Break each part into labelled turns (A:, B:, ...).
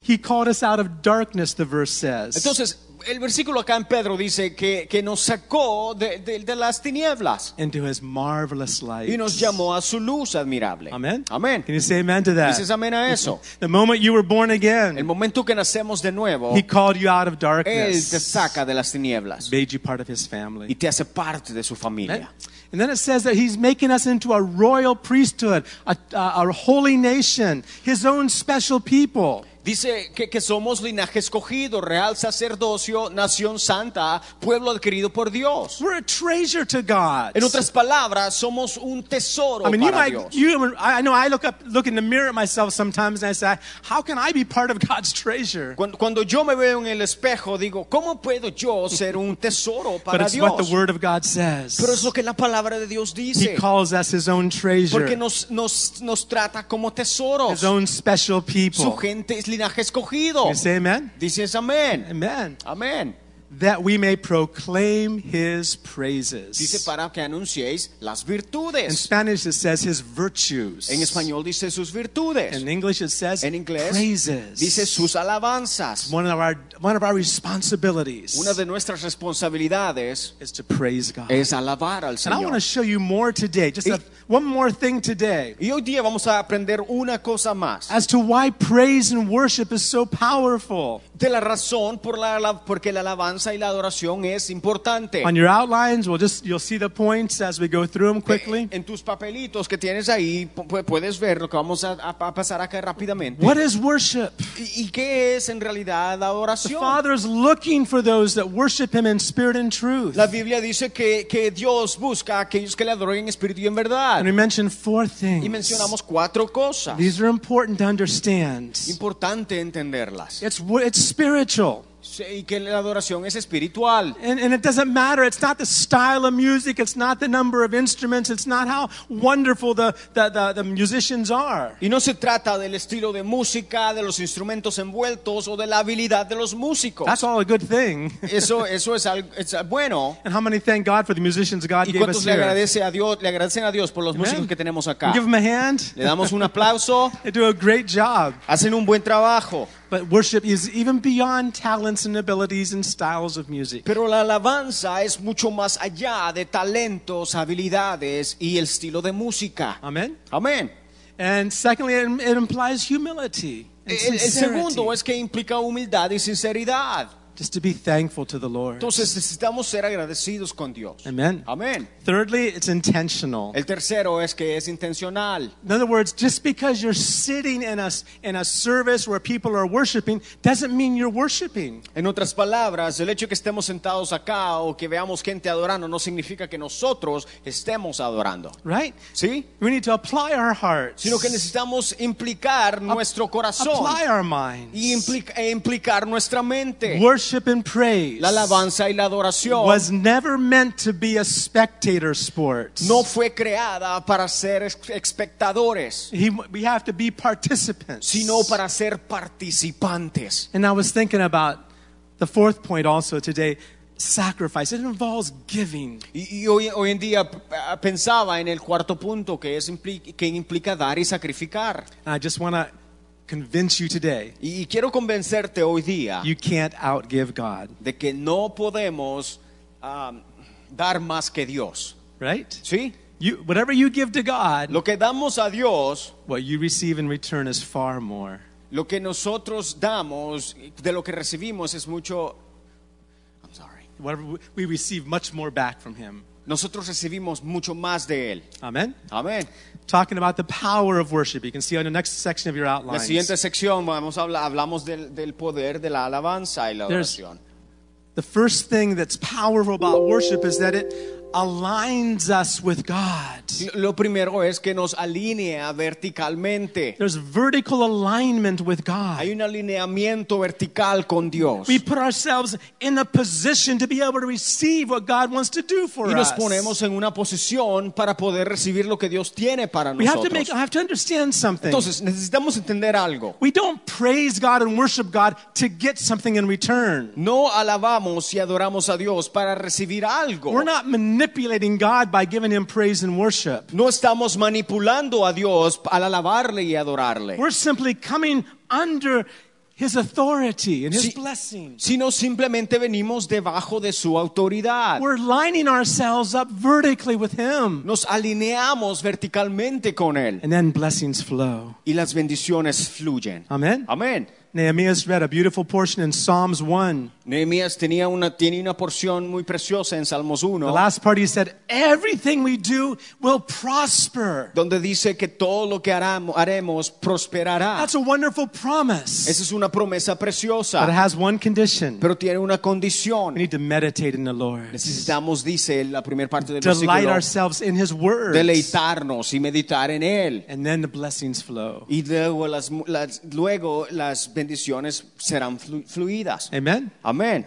A: He called us out of darkness, the verse says.
B: Entonces, el versículo acá en Pedro dice que, que nos sacó de, de- de las tinieblas
A: Into his marvelous light.
B: y nos llamó a su luz admirable.
A: Amen.
B: Amén.
A: Can you say amen to that?
B: Dices amén a eso.
A: The moment you were born
B: El
A: again,
B: momento que nacemos de nuevo,
A: he called you out of
B: Él te
A: darkness,
B: saca de las tinieblas
A: made you part of his
B: y
A: family.
B: te hace parte de su
A: Amen.
B: familia.
A: And then it says that he's making us into a royal priesthood, a, a, a holy nation, his own special people.
B: Dice que, que somos linaje escogido, real sacerdocio, nación santa, pueblo adquirido por Dios.
A: We're a treasure to God.
B: En otras palabras, somos un tesoro
A: I mean, you
B: para
A: might,
B: Dios.
A: you, I I know I look up, look in the mirror at myself sometimes and I say, how can I be part of God's treasure?
B: Cuando, cuando yo me veo en el espejo, digo, ¿cómo puedo yo ser un tesoro
A: But
B: para
A: it's what the
B: Dios?
A: word of God says.
B: Pero es lo que la palabra de Dios dice.
A: He calls us his own treasure,
B: Porque nos, nos, nos trata como
A: his
B: tesoros.
A: own special people.
B: Su gente es linaje escogido.
A: Can you say amen?
B: Dices amén.
A: Amen.
B: Amén.
A: That we may proclaim his
B: Dice
A: praises.
B: para que anunciéis las
A: In
B: virtudes.
A: Spanish, it says his virtues.
B: En español dice sus virtudes.
A: In English, it says
B: En inglés
A: praises.
B: dice sus alabanzas.
A: one of our one of our responsibilities
B: Una de nuestras responsabilidades
A: is to praise God.
B: es alabar al
A: and I want
B: Señor.
A: to show you more today. Just a, one more thing today
B: Y hoy día vamos a aprender una cosa más
A: as to why praise and worship is so powerful.
B: de la razón por la la- porque la alabanza y la adoración es importante.
A: On your outlines, we'll just you'll see the points as we go through them quickly.
B: Eh, En tus papelitos que tienes ahí pu- pu- puedes ver lo que vamos a, a- a pasar acá rápidamente.
A: What is worship?
B: ¿Y, y qué es en realidad la
A: The
B: oración?
A: Father is looking for those that worship Him in spirit and truth.
B: La Biblia dice que, que Dios busca a aquellos que le adoren en espíritu y en
A: And
B: verdad.
A: we mentioned four
B: Y
A: things.
B: mencionamos cuatro cosas.
A: These are important to understand.
B: Importante entenderlas.
A: It's, wo- it's spiritual.
B: Sí, Y que la adoración es espiritual.
A: And, and it doesn't matter. It's not the style of music. It's not the number of instruments. It's not how wonderful the, the, the, the musicians are.
B: Y no se trata del estilo de música, de los instrumentos envueltos o de la habilidad de los músicos.
A: That's all a good thing.
B: Eso, eso es, algo, es bueno.
A: And how many thank God for the musicians God
B: ¿Y
A: gave us
B: cuántos le,
A: here?
B: agradece a Dios, le agradecen a Dios por los músicos que tenemos acá?
A: We Give them a hand.
B: Le damos un aplauso.
A: They do a great job.
B: Hacen un buen trabajo.
A: But worship is even beyond talents and abilities and styles of music.
B: Pero la alabanza es mucho más allá de talentos, habilidades y el estilo de música.
A: Amen.
B: Amén.
A: And secondly, it, it implies humility. And
B: El,
A: sincerity,
B: el Eh, segundo es que implica humildad y sinceridad.
A: just to be thankful to the Lord.
B: Entonces necesitamos ser agradecidos con Dios.
A: Amen.
B: Amén.
A: Thirdly, it's intentional.
B: El tercero es que es intencional.
A: In other words, just because you're sitting in a, in a service where people are worshiping doesn't mean you're worshiping.
B: En otras palabras, el hecho de que estemos sentados acá o que veamos gente adorando no significa que nosotros estemos adorando,
A: Right?
B: ¿sí?
A: We need to apply our hearts,
B: Sino que necesitamos implicar nuestro corazón
A: apply our minds,
B: y implica- e implicar nuestra mente.
A: worship and praise.
B: La alabanza y la adoración
A: was never meant to be a spectator sport.
B: no fue creada para ser ex- espectadores,
A: He, we have to be participants.
B: sino para ser participantes.
A: And I was thinking about the fourth point also today sacrifice. It involves giving.
B: Y, y hoy, hoy en día p- ah, pensaba en el cuarto punto que, es impli- que implica dar y sacrificar.
A: And I just want to convince you today
B: Y, y quiero convencerte hoy día
A: you can't outgive God,
B: de que no podemos ah, dar más que Dios.
A: right?
B: ¿Sí?
A: You, whatever you give to God,
B: Lo que damos a Dios,
A: what you receive in return is far more.
B: lo que nosotros damos, de lo que recibimos es mucho... I'm sorry.
A: Whatever we- we receive much more back from Him.
B: Nosotros recibimos mucho más de Él.
A: Amen.
B: Amén.
A: Talking about the power of worship. You can see on the next section of your
B: La
A: outline.
B: siguiente sección vamos a hablar, hablamos del, del poder de la alabanza y la
A: There's-
B: adoración.
A: The first thing that's powerful about worship is that it aligns us with God.
B: Lo primero es que nos alinea verticalmente.
A: There's vertical alignment with
B: Hay
A: God.
B: un alineamiento vertical con Dios.
A: We put ourselves in a position to be able to receive what God wants to do for
B: y nos
A: us.
B: ponemos en una posición para poder recibir lo que Dios tiene para
A: we have to make,
B: nosotros.
A: I have to understand something.
B: Entonces, necesitamos entender algo.
A: we don't praise God and worship God to get something in return.
B: No alabamos y adoramos a Dios para recibir algo.
A: We're not manipulating God by giving Him praise and worship.
B: No estamos manipulando a Dios al alabarle y adorarle.
A: We're simply coming under His authority and His
B: Si-
A: blessing.
B: sino simplemente venimos debajo de su autoridad.
A: We're lining ourselves up vertically with Him.
B: Nos alineamos verticalmente con Él
A: And then blessings flow.
B: y las bendiciones fluyen.
A: Amen.
B: Amén.
A: Nehemiah's read a beautiful portion in Psalms 1.
B: Nehemías tenía una, tiene una porción muy preciosa en Salmos
A: The
B: 1,
A: last part he said, Everything we do will prosper.
B: donde dice que todo lo que haramo- haremos prosperará.
A: That's a wonderful promise.
B: Esa es una promesa
A: But it
B: preciosa,
A: has one condition.
B: pero tiene una condición.
A: We need to meditate in the Lord.
B: Necesitamos, dice la primera parte del
A: Delight
B: versículo,
A: ourselves in His Word.
B: deleitarnos y meditar en Él.
A: And then the blessings flow.
B: Y luego las, las- luego las bendiciones serán flu- fluidas.
A: Amen.
B: Amén.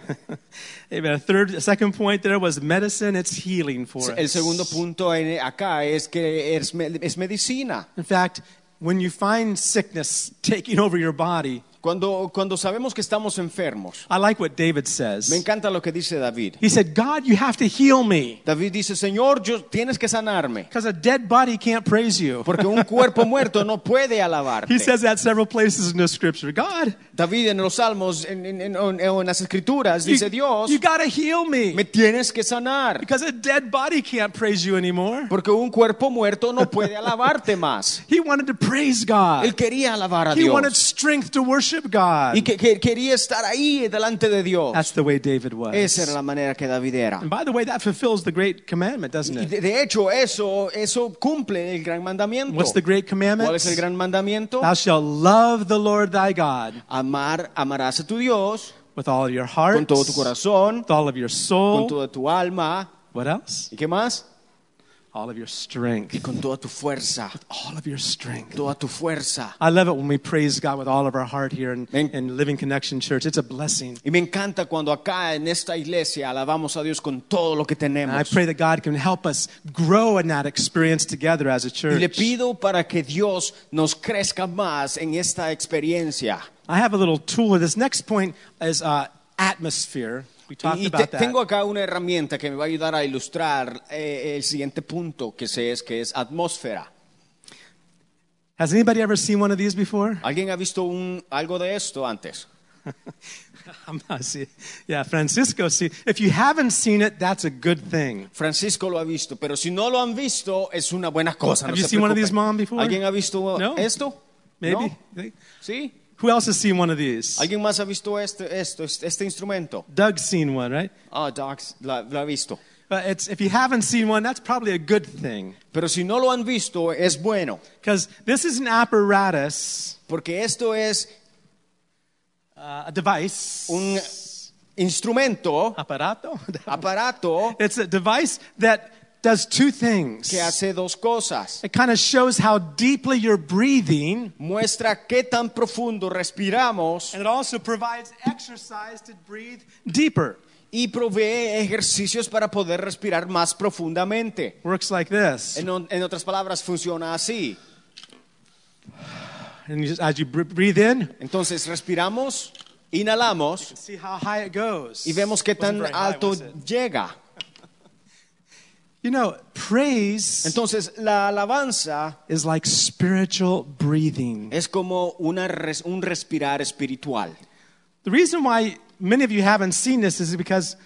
A: Amen. A third, a second point there was medicine. It's healing for
B: El
A: us.
B: segundo punto en- acá es que es, me- es medicina.
A: In fact, when you find sickness taking over your body,
B: Cuando, cuando sabemos que estamos enfermos,
A: I like what David
B: me
A: says.
B: encanta lo que dice David.
A: He said, "God, you have to heal me
B: David dice, Señor, yo, tienes que sanarme,
A: because a dead body can't praise you."
B: porque un cuerpo muerto no puede alabarte.
A: He says that several places in the scripture. God,
B: David en los salmos, en, en- en- en- en las escrituras,
A: you,
B: dice, Dios,
A: you gotta heal me
B: me tienes que sanar,
A: because a dead body can't praise you anymore.
B: porque un cuerpo muerto no puede alabarte más.
A: He wanted to praise God.
B: Él quería alabar a
A: He wanted
B: Dios
A: strength to worship
B: y
A: God.
B: que, que- quería estar ahí delante de Dios.
A: That's the way David
B: Esa era
A: was.
B: la manera que David era.
A: And by the way, that fulfills the great commandment, doesn't
B: Y
A: it?
B: de, de hecho, eso, eso cumple el gran mandamiento.
A: What's the great
B: ¿Cuál es el
A: commandment?
B: gran mandamiento?
A: Thou shalt love the Lord thy God
B: Amar, amarás a tu Dios
A: with all of your heart,
B: con todo tu corazón,
A: with all of your
B: con
A: soul.
B: toda tu alma,
A: What else?
B: ¿y qué más?
A: All of your strength.
B: Con toda tu fuerza,
A: All of your strength.
B: toda tu fuerza.
A: I love it when we praise God with all of our heart here in,
B: Amen.
A: in Living Connection Church. It's a blessing.
B: Y me encanta cuando acá en esta iglesia alabamos a Dios con todo lo que
A: And I
B: tenemos.
A: pray that God can help us grow in that experience together as a
B: Y le
A: church.
B: pido para que Dios nos crezca más en esta experiencia.
A: I have a little tool. This next point is uh, atmosphere. We talked
B: Y te-
A: about
B: tengo
A: that.
B: acá una herramienta que me va a ayudar a ilustrar eh, el siguiente punto que sé es que es atmósfera.
A: Has anybody ever seen one of these before?
B: ¿Alguien ha visto un, algo de esto antes?
A: I'm not see. Yeah, Francisco. See, if you haven't seen it, that's a good thing.
B: Francisco lo ha visto, pero si no lo han visto es una buena cosa. no
A: Have you
B: se
A: seen one of
B: preocupen.
A: these, Mom, before?
B: ¿Alguien ha visto
A: No?
B: esto?
A: Maybe.
B: ¿No? Sí.
A: Who else has seen one of these?
B: ¿Alguien más ha visto este, esto, este este instrumento?
A: Doug's seen one, right?
B: Ah, Docs la- lo ha visto.
A: But it's, if you haven't seen one, that's probably a good thing.
B: Pero si no lo han visto es bueno,
A: Because this is an apparatus,
B: porque esto es
A: uh, a device.
B: un instrumento,
A: Aparato?
B: aparato
A: it's a device that does two things.
B: que hace dos cosas.
A: It kind of shows how deeply you're breathing,
B: Muestra qué tan profundo respiramos
A: and it also provides exercise to breathe deeper.
B: y provee ejercicios para poder respirar más profundamente.
A: Works like this.
B: En, on- en otras palabras, funciona así.
A: And you just, as you br- breathe in,
B: Entonces respiramos, inhalamos
A: see how high it goes.
B: y vemos qué
A: Wasn't
B: tan
A: very high,
B: alto
A: was it?
B: llega.
A: You know, praise
B: Entonces la alabanza
A: is like spiritual breathing.
B: es como una res- un respirar espiritual.
A: The reason why many of you haven't seen this is because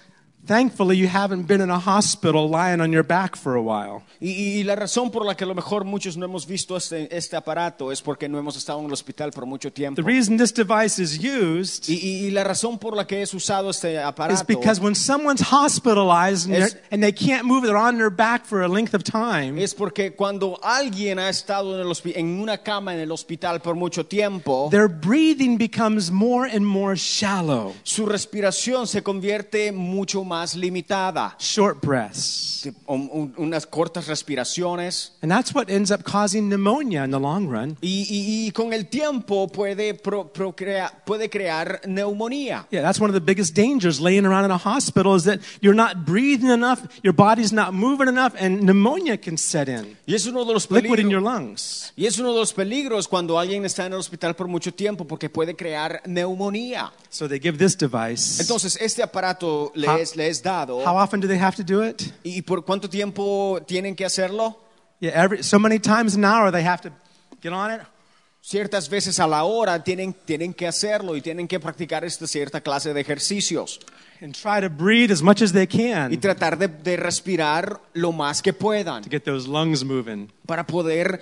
A: thankfully you haven't been in a hospital lying on your back for a while.
B: Y, y- y la razón por la que a lo mejor muchos no hemos visto este, este aparato es porque no hemos estado en el hospital por mucho tiempo.
A: The reason this device is used
B: Y, y- y la razón por la que es usado este
A: is
B: aparato
A: because when someone's hospitalized and,
B: Es-
A: they're- and they can't move, they're on their back for a length of time.
B: es porque cuando alguien ha estado en, el hospi- en una cama en el hospital por mucho tiempo,
A: Their breathing becomes more and more shallow,
B: su respiración se convierte mucho más limitada.
A: short breaths.
B: Sí, un- un- unas cortas respiraciones
A: And that's what ends up causing pneumonia in the long run.
B: y, y- y con el tiempo puede, pro- procrea- puede crear neumonía.
A: Yeah, that's one of the biggest dangers laying around in a hospital is that you're not breathing enough, your body's not moving enough, and pneumonia can set in.
B: Y es uno de los
A: Liquid in
B: peligros-
A: your lungs.
B: Y es uno de los peligros cuando alguien está en el hospital por mucho tiempo porque puede crear neumonía.
A: So they give this device.
B: Entonces, este aparato le
A: How-
B: es, le es dado.
A: How often do they have to do it?
B: ¿Y por cuánto tiempo tienen que hacerlo?
A: Yeah, every so many times an hour they have to get on it.
B: Ciertas veces a la hora tienen, tienen que hacerlo y tienen que practicar esta cierta clase de ejercicios
A: and try to breathe as much as they
B: y
A: can to
B: tratar de, de respirar lo más que puedan
A: get those lungs moving.
B: para poder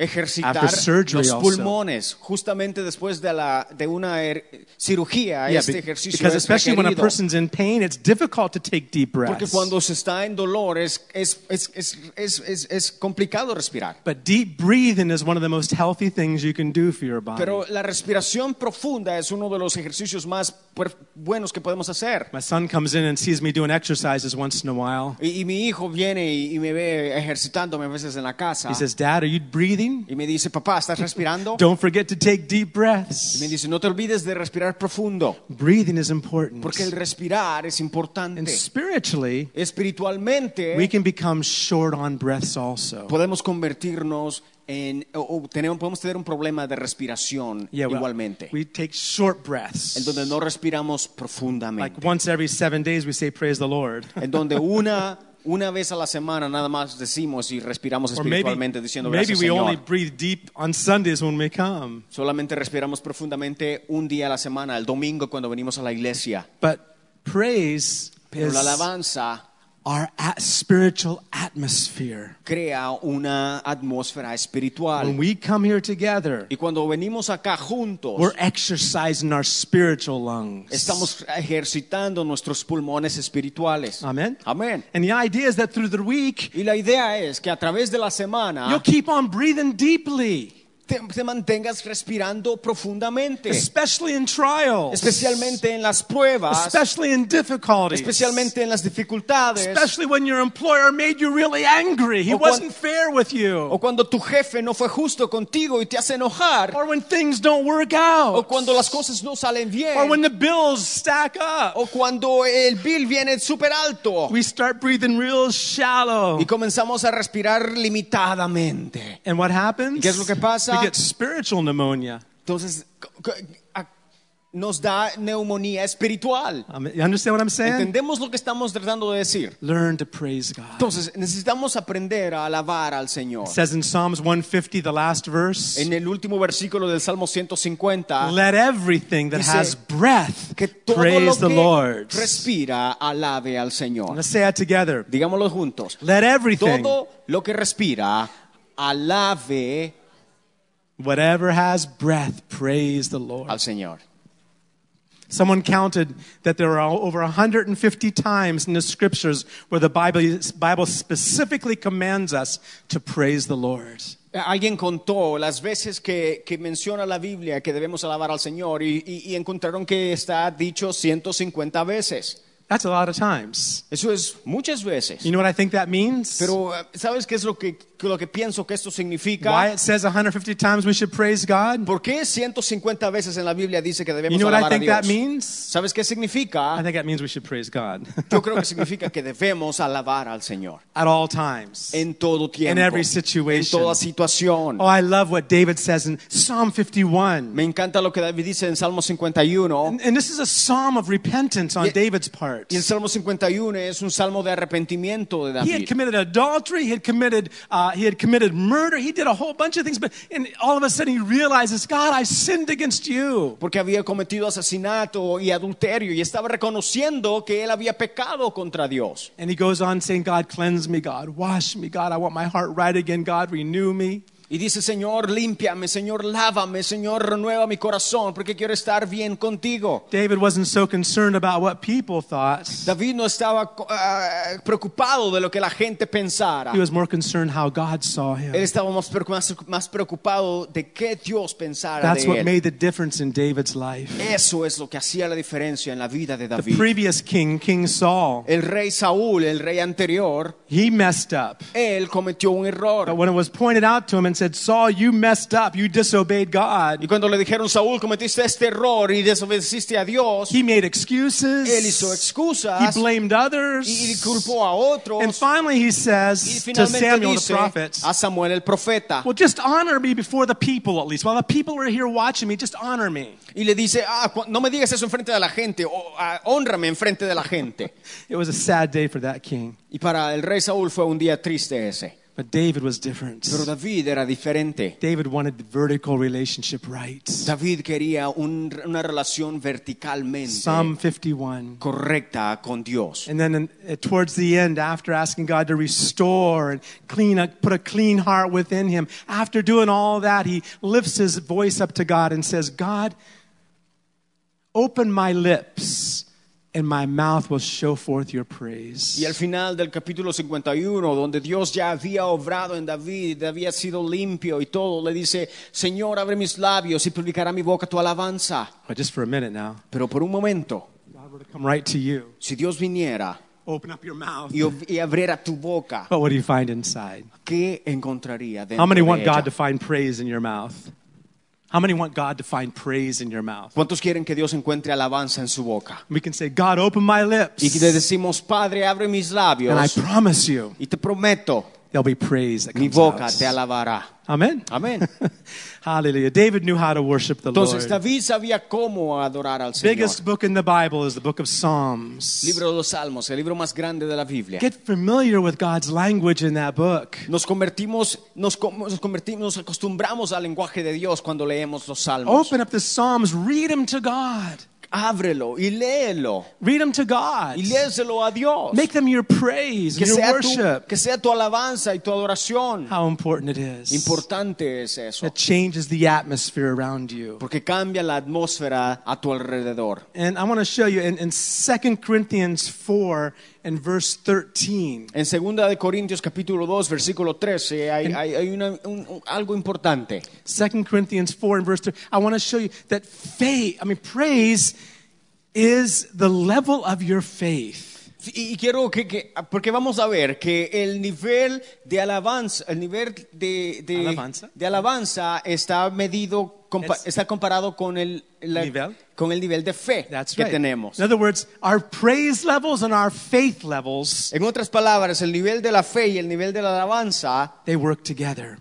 B: ejercitar
A: After surgery
B: los
A: also.
B: pulmones justamente después de, la, de una er- cirugía.
A: Yeah,
B: este
A: be-
B: ejercicio
A: because
B: es
A: especially when a
B: requerido.
A: person's in pain, it's difficult to take deep
B: Porque
A: breaths.
B: cuando se está en dolor es, es, es, es, es, es- es complicado respirar.
A: But deep breathing is one of the most healthy things you can do for your body.
B: Pero la respiración profunda es uno de los ejercicios más puer- buenos que podemos hacer.
A: My son comes in and sees me doing exercises once in a while.
B: Y, y mi hijo viene y, y me ve ejercitándome a veces en la casa.
A: He says, Dad, are you breathing?
B: Y me dice, papá, ¿estás respirando?
A: Don't forget to take deep
B: Y me
A: breaths.
B: dice, no te olvides de respirar profundo.
A: Breathing is important.
B: Porque el respirar es
A: And
B: importante.
A: spiritually,
B: Espiritualmente
A: we can become short on breaths also.
B: podemos convertirnos en, o, o tenemos, podemos tener un problema de respiración
A: Yeah, well,
B: igualmente.
A: we take short
B: en
A: breaths.
B: donde no respiramos profundamente.
A: Like once every seven days, we say, Praise the Lord.
B: en donde una, una vez a la semana nada más decimos y respiramos
A: Or maybe,
B: espiritualmente diciendo
A: maybe
B: gracias
A: we only
B: Señor.
A: breathe deep on Sundays when we come.
B: Solamente respiramos profundamente un día a la semana, el domingo cuando venimos a la iglesia.
A: But praise
B: Pero
A: is
B: la alabanza
A: our at- spiritual atmosphere.
B: crea una atmósfera
A: When
B: espiritual.
A: we come here together,
B: Y cuando venimos acá juntos,
A: we're exercising our spiritual lungs.
B: estamos ejercitando nuestros pulmones espirituales.
A: Amen.
B: Amén.
A: And the idea is that through the week,
B: Y la idea es que a través de la
A: you'll
B: semana
A: keep on breathing deeply,
B: te, te mantengas respirando profundamente,
A: especially in trials,
B: especialmente en las pruebas,
A: especially in difficulties,
B: especialmente en las dificultades
A: especially when your employer made you really angry. He
B: O cuan-
A: wasn't fair with you.
B: o cuando tu jefe no fue justo contigo y te hace enojar
A: Or when things don't work out.
B: o cuando las cosas no salen
A: Or when
B: bien
A: the bills stack up.
B: o cuando el bill viene súper alto
A: We start breathing real shallow.
B: y comenzamos a respirar limitadamente
A: And what happens?
B: ¿Qué es lo que pasa?
A: We get spiritual pneumonia.
B: entonces c- c- a- nos da neumonía espiritual
A: Um, you understand what I'm saying?
B: entendemos lo que estamos tratando de decir
A: Learn to praise God.
B: entonces necesitamos aprender a alabar al Señor
A: It says in Psalms 150, the last verse,
B: en el último versículo del Salmo 150
A: let everything that
B: Dice
A: has breath
B: que todo lo
A: praise the
B: que
A: Lord.
B: respira alabe al Señor
A: Let's say that together.
B: digámoslo juntos
A: Let everything,
B: Todo lo que respira, alabe
A: whatever has breath, praise the Lord.
B: al Señor.
A: Someone counted that there are over 150 times in the scriptures where the Bible, Bible specifically commands us to praise the Lord.
B: Alguien contó las veces que, que menciona la Biblia que debemos alabar al Señor y, y- y encontraron que está dicho 150 veces.
A: That's a lot of times.
B: Eso es muchas veces.
A: You know what I think that means?
B: Pero eh, ¿sabes qué es lo que, lo que pienso que esto
A: Why
B: significa?
A: it says 150 times we should praise God?
B: ¿Por qué 150 veces en la Biblia dice que
A: You
B: debemos
A: know what I
B: alabar a
A: think that
B: Dios?
A: means?
B: ¿Sabes qué
A: I
B: significa?
A: think that means we should praise God
B: Yo creo que significa que debemos alabar al Señor
A: at all times.
B: en todo tiempo,
A: every
B: en
A: situation.
B: toda situación.
A: Oh, I love what David says in Psalm 51.
B: Me encanta lo que David dice en Salmo 51.
A: And this is a psalm of repentance on
B: Y-
A: David's part.
B: Y el Salmo 51 es un salmo de arrepentimiento de
A: He had
B: David.
A: committed adultery. He had committed, uh, he had committed murder. He did a whole bunch of things. But and all of a sudden, he realizes, God, I sinned against you.
B: Porque había cometido asesinato y adulterio y estaba reconociendo que él había pecado contra Dios.
A: And he goes on saying, God, cleanse me, God, wash me, God. I want my heart right again, God, renew me.
B: Y dice, Señor, límpiame, Señor, lávame, Señor, renueva mi corazón, porque quiero estar bien contigo.
A: David wasn't so concerned about what people thought.
B: David no estaba ah, preocupado de lo que la gente pensara.
A: He was more concerned how God saw
B: Él
A: him.
B: estaba más preocu- más- más preocupado de qué Dios pensara
A: That's
B: de
A: what
B: él.
A: made the difference in David's life.
B: Eso es lo que hacía la diferencia en la vida de
A: The
B: David.
A: previous king, King Saul,
B: El rey Saúl, el rey anterior,
A: he messed up.
B: él cometió un
A: But
B: error.
A: when it was pointed out to him and said, Saul, you messed up, you disobeyed
B: Y
A: God,
B: cuando le dijeron, Saúl, cometiste este error y desobedeciste a Dios,
A: he made
B: él hizo
A: excuses. He
B: excusas
A: blamed
B: y y
A: others.
B: culpó a
A: And
B: otros.
A: finally he
B: Y
A: says to
B: finalmente
A: Samuel the
B: dice
A: prophet,
B: a Samuel el profeta
A: Well, just honor me before the people at least. While the people are here watching me, just honor me.
B: y le dice, ah, cu- no me digas eso enfrente de la gente, o, ah, honrame enfrente de la gente.
A: It was a sad day for that king.
B: Y para el rey Saúl fue un día triste ese.
A: But David was different.
B: Pero David era diferente.
A: David wanted the vertical relationship right.
B: David quería un- una relación verticalmente
A: Psalm 51.
B: correcta con Dios.
A: And then in, uh, towards the end, after asking God to restore and clean up, put a clean heart within him, after doing all that, he lifts his voice up to God and says, God, open my lips, and my mouth will show forth your praise.
B: Y al final del capítulo 51, donde Dios ya había obrado en David, había sido limpio y todo, le dice, Señor, abre mis labios y publicará mi boca tu alabanza.
A: Well, Oh, just for a minute now,
B: Pero por un momento,
A: God were to come right to you,
B: si Dios viniera
A: open up your mouth.
B: y, ob- y abriera tu boca,
A: But what do you find inside?
B: ¿qué encontraría dentro
A: How many
B: de
A: want
B: ella?
A: God to find praise in your mouth? How many want God to find praise in your mouth?
B: ¿Cuántos quieren que Dios encuentre alabanza en su boca?
A: We can say, God, open my lips.
B: Y le decimos, Padre, abre mis
A: And I
B: labios
A: promise you,
B: y te prometo,
A: there'll be praise that
B: mi
A: comes
B: boca
A: out.
B: te alabará.
A: Amen.
B: Amén.
A: Hallelujah. David knew how to worship the
B: Entonces
A: Lord.
B: David sabía cómo adorar al
A: The
B: Señor.
A: biggest book in the Bible is the book of Psalms.
B: Libro de los Salmos, el libro más grande de la Biblia.
A: Get familiar with God's language in that book.
B: Nos convertimos, nos, com- nos convertimos, nos acostumbramos al lenguaje de Dios cuando leemos los Salmos.
A: Open up the Psalms, read them to God.
B: Ábrelo y léelo
A: Read them to God.
B: y léeselo a Dios.
A: Make them your praise,
B: Que
A: your
B: sea, tu,
A: worship.
B: que sea tu alabanza y tu adoración.
A: How important it is.
B: Importante es eso,
A: That changes the atmosphere around you.
B: porque cambia la atmósfera a tu alrededor.
A: And I want to show you in, in 2 Corinthians 4 and verse 13.
B: En 2 de Corintios capítulo 2, versículo 13, hay, hay- hay una- un- un- algo importante.
A: 2 Corinthians 4 and verse 3. I want to show you that faith, I mean, praise is the level of your faith.
B: Y, y quiero que, que- porque vamos a ver que el nivel de alabanza, el nivel de, de-
A: Alabanza.
B: de alabanza está medido, compa-
A: Es-
B: está comparado con el, la-
A: Nivel.
B: con el nivel de fe
A: That's
B: que
A: right.
B: tenemos.
A: In other words, our praise levels and our faith levels,
B: En otras palabras, el nivel de la fe y el nivel de la alabanza
A: they work together.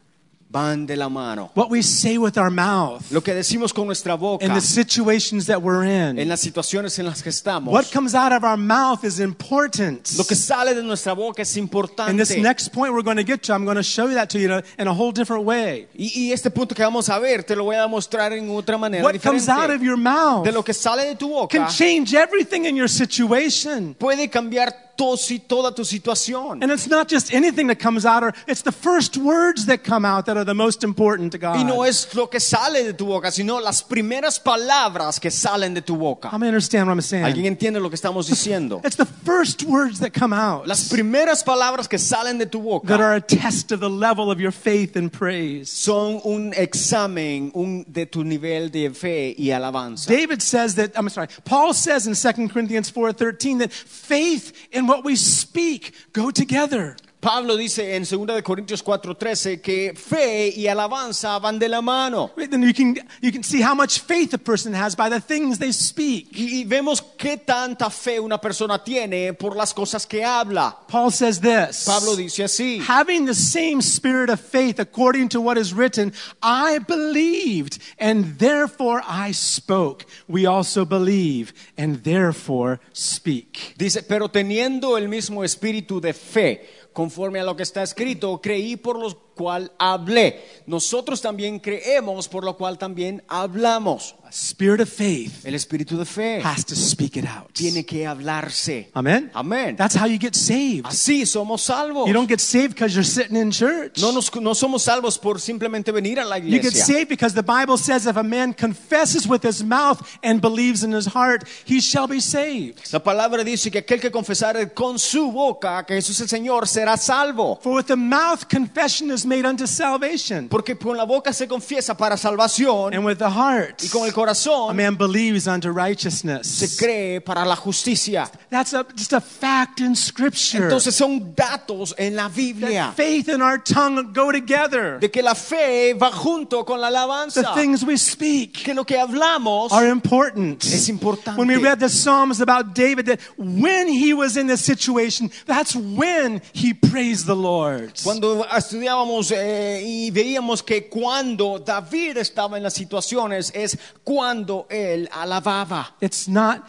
B: van de la mano.
A: What we say with our mouth
B: Lo que decimos con nuestra boca,
A: and the situations that we're
B: en
A: in,
B: las situaciones en las que estamos,
A: what comes out of our mouth is important.
B: lo que sale de nuestra boca es
A: And this
B: importante.
A: next point we're going to get to, I'm going to show you that to you in a, in a whole different way.
B: Y, y este punto que vamos a ver, te lo voy a mostrar en otra manera
A: What comes
B: diferente.
A: out of your mouth
B: de lo que sale de tu boca
A: can change everything in your situation.
B: puede cambiar tos y toda tu situación.
A: And it's not just anything that comes out, or it's the first words that come out that are the most important to God.
B: Y no es lo que sale de tu boca, sino las primeras palabras que salen de tu boca.
A: I'm gonna understand what I'm saying.
B: ¿Alguien entiende lo que estamos diciendo?
A: It's the first words that come out
B: Las primeras palabras que salen de tu
A: that
B: boca
A: are a test of the level of your faith and praise.
B: son un examen un- de tu nivel de fe y alabanza.
A: David says that I'm sorry, Paul says in 2 Corinthians 4:13 that faith and what we speak go together.
B: Pablo dice en 2 de Corintios 4:13 que fe y alabanza van de la mano.
A: Right, Then you can you can see how much faith a person has by the things they speak.
B: Y y vemos qué tanta fe una persona tiene por las cosas que habla.
A: Paul says this.
B: Pablo dice así.
A: Having the same spirit of faith according to what is written, I believed and therefore I spoke. We also believe and therefore speak.
B: Dice, pero teniendo el mismo espíritu de fe, conforme a lo que está escrito, creí por lo cual hablé. Nosotros también creemos, por lo cual también hablamos.
A: A spirit of faith
B: El espíritu de fe
A: has to speak it out.
B: tiene que hablarse.
A: Amen?
B: Amén.
A: That's how you get saved.
B: Así somos salvos.
A: You don't get saved because you're sitting in church.
B: No, nos- no somos salvos por simplemente venir a la
A: You get
B: iglesia.
A: saved because the Bible says if a man confesses with his mouth and believes in his heart, he shall be saved.
B: La palabra dice que aquel que confesare con su boca que Jesús es el Señor será salvo.
A: For with the mouth confession is made unto salvation,
B: Porque con la boca se confiesa para salvación
A: and with the heart
B: y con el
A: A
B: corazón
A: man believes unto
B: se
A: righteousness.
B: cree para la justicia.
A: That's a, just a fact in Scripture.
B: Entonces son datos en la Biblia
A: That faith and our tongue go together.
B: de que la fe va junto con la
A: The
B: alabanza,
A: things we speak
B: que lo que hablamos
A: are important.
B: Es importante.
A: When we read the Psalms about David, that when he was in this situation, that's when he praised the Lord.
B: cuando estudiábamos eh, y veíamos que cuando David estaba en las situaciones es cuando él alababa.
A: It's not,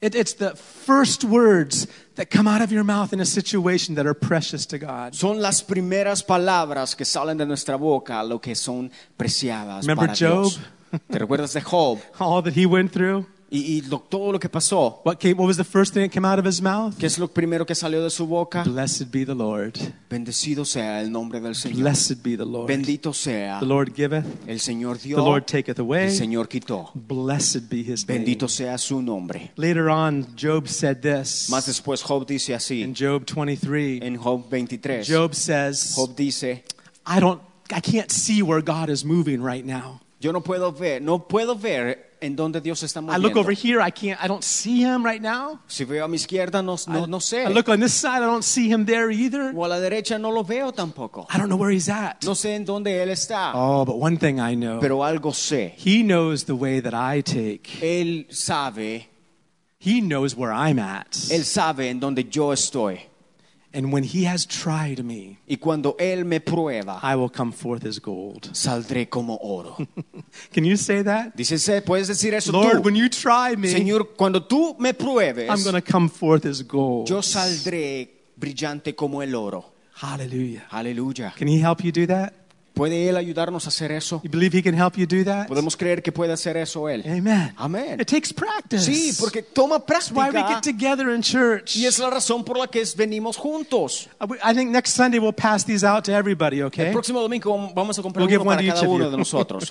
A: it, it's the first words that come out of your mouth in a situation that are precious to God.
B: Son las primeras palabras que salen de nuestra boca lo que son preciadas
A: Remember
B: para
A: Job?
B: Dios. ¿Te recuerdas de Job?
A: All that he went through.
B: Y, y lo- todo lo que pasó.
A: What, came, what was the first thing that came out of his mouth?
B: ¿Qué es lo primero que salió de su boca?
A: Blessed be the Lord.
B: Bendecido sea el nombre del Señor.
A: Blessed be the Lord.
B: Bendito sea.
A: The Lord giveth,
B: El Señor
A: the
B: dio.
A: Lord taketh
B: El
A: away.
B: Señor quitó.
A: Blessed be his name.
B: Bendito sea su nombre.
A: Later on, Job said this
B: Más después Job dice
A: in
B: así.
A: Job 23.
B: En Job 23.
A: Job says,
B: Job dice.
A: I don't I can't see where God is moving right now.
B: Yo no puedo ver, no puedo ver en dónde Dios se está
A: I look over here,
B: moviendo.
A: I can't I don't see him right now.
B: Si veo a mi izquierda, no, no, no sé.
A: I look on this side, I don't see him there either.
B: O a la derecha no lo veo tampoco.
A: I don't know where he's at.
B: No sé en dónde Él está.
A: Oh, but one thing I know.
B: Pero algo sé.
A: he knows the way that I take.
B: Él sabe,
A: He knows where I'm at.
B: Él sabe en dónde yo estoy.
A: and when he has tried me,
B: Y cuando Él me prueba,
A: I will come forth as gold.
B: saldré como oro.
A: Can you say that?
B: Dice, "Sé, puedes decir eso
A: Lord,
B: tú.
A: when you try me,
B: Señor, cuando tú me pruebes,
A: I'm going to come forth as gold.
B: yo saldré brillante como el oro.
A: Hallelujah.
B: Aleluya.
A: Can he help you do that?
B: ¿Puede Él ayudarnos a hacer eso?
A: You believe he can help you do that?
B: ¿Podemos creer que puede hacer eso Él?
A: Amen.
B: Amen.
A: It takes practice.
B: Sí, porque toma
A: That's why we
B: práctica.
A: get together in church.
B: Y es la razón por la que es- venimos juntos.
A: I- I think next Sunday we'll pass these out to everybody,
B: El
A: okay?
B: próximo domingo vamos a comprar
A: Eh? We'll give
B: uno para
A: one to each
B: cada
A: of
B: uno
A: you.
B: de nosotros,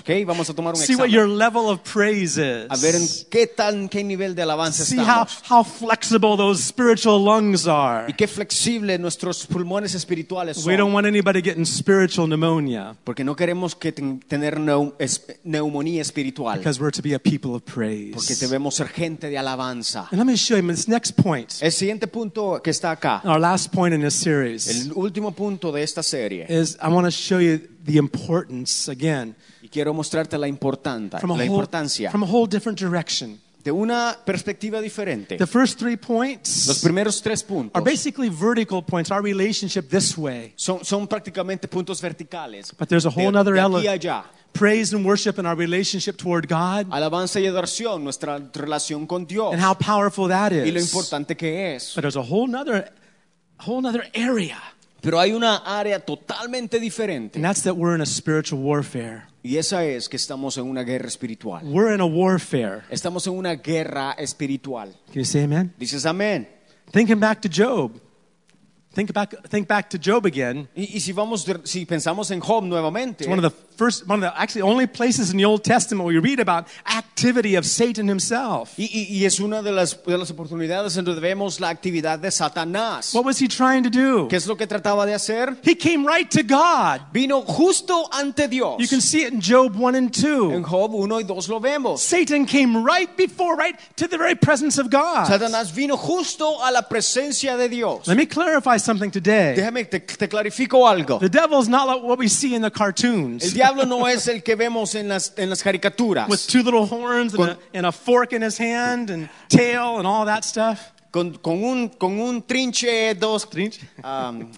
B: ¿ok? Vamos a tomar un
A: See what your
B: examen.
A: level of praise is.
B: A ver en qué tan, qué nivel de alabanza
A: See how,
B: estamos.
A: how flexible those spiritual lungs are.
B: Y qué flexible nuestros pulmones espirituales
A: We don't
B: son.
A: want anybody getting spiritual pneumonia
B: Porque no queremos que ten- tener neu- es- neumonía espiritual.
A: because we're to be a people of
B: Porque
A: praise.
B: debemos ser gente de alabanza.
A: And let me show you this next point,
B: El siguiente punto que está acá,
A: our last point in this series,
B: el último punto de esta serie,
A: is I want to show you the importance again
B: y quiero mostrarte la, importante,
A: from a
B: la
A: whole,
B: importancia
A: from a whole different direction.
B: de una perspectiva diferente.
A: The first three
B: Eh. Los
A: points
B: primeros tres
A: are
B: puntos
A: basically vertical points, our relationship this way.
B: son, son prácticamente puntos verticales.
A: But there's a whole
B: de,
A: nother
B: de aquí
A: ele-
B: a allá.
A: Praise and worship and our relationship toward God
B: Alabanza y adoración, nuestra relación con Dios
A: and how powerful that
B: y lo
A: is.
B: importante que es.
A: But there's a whole nother whole nother area.
B: Pero hay una área totalmente diferente
A: And that's that we're in a spiritual warfare.
B: y esa es que estamos en una guerra espiritual.
A: We're in a warfare.
B: Estamos en una guerra espiritual.
A: Can you say amen?
B: Dices amén.
A: Thinking back to Job. Think back think back to Job again.
B: Y, y si vamos, de- si pensamos en Job nuevamente,
A: It's one of the first one of the actually only places in the Old Testament where you read about activity of Satan himself.
B: y, y- y es una de las, de las oportunidades en donde vemos la actividad de Satanás.
A: What was he trying to do?
B: ¿Qué es lo que trataba de hacer?
A: He came right to God.
B: Vino justo ante Dios.
A: You can see it in Job 1 and 2.
B: En Job 1 y 2 lo vemos.
A: Satan came right before, right to the very presence of God.
B: Satanás vino justo a la presencia de Dios.
A: Let me clarify something today.
B: Déjame, te, te clarifico algo.
A: The devil's not like what we see in the
B: El
A: cartoons
B: diablo no es el que vemos en las, en las
A: with
B: caricaturas,
A: two little horns and a,
B: Con-
A: and a fork in his hand and tail and all that stuff.
B: con, con, un, con un trinche, dos
A: Trinche.
B: um,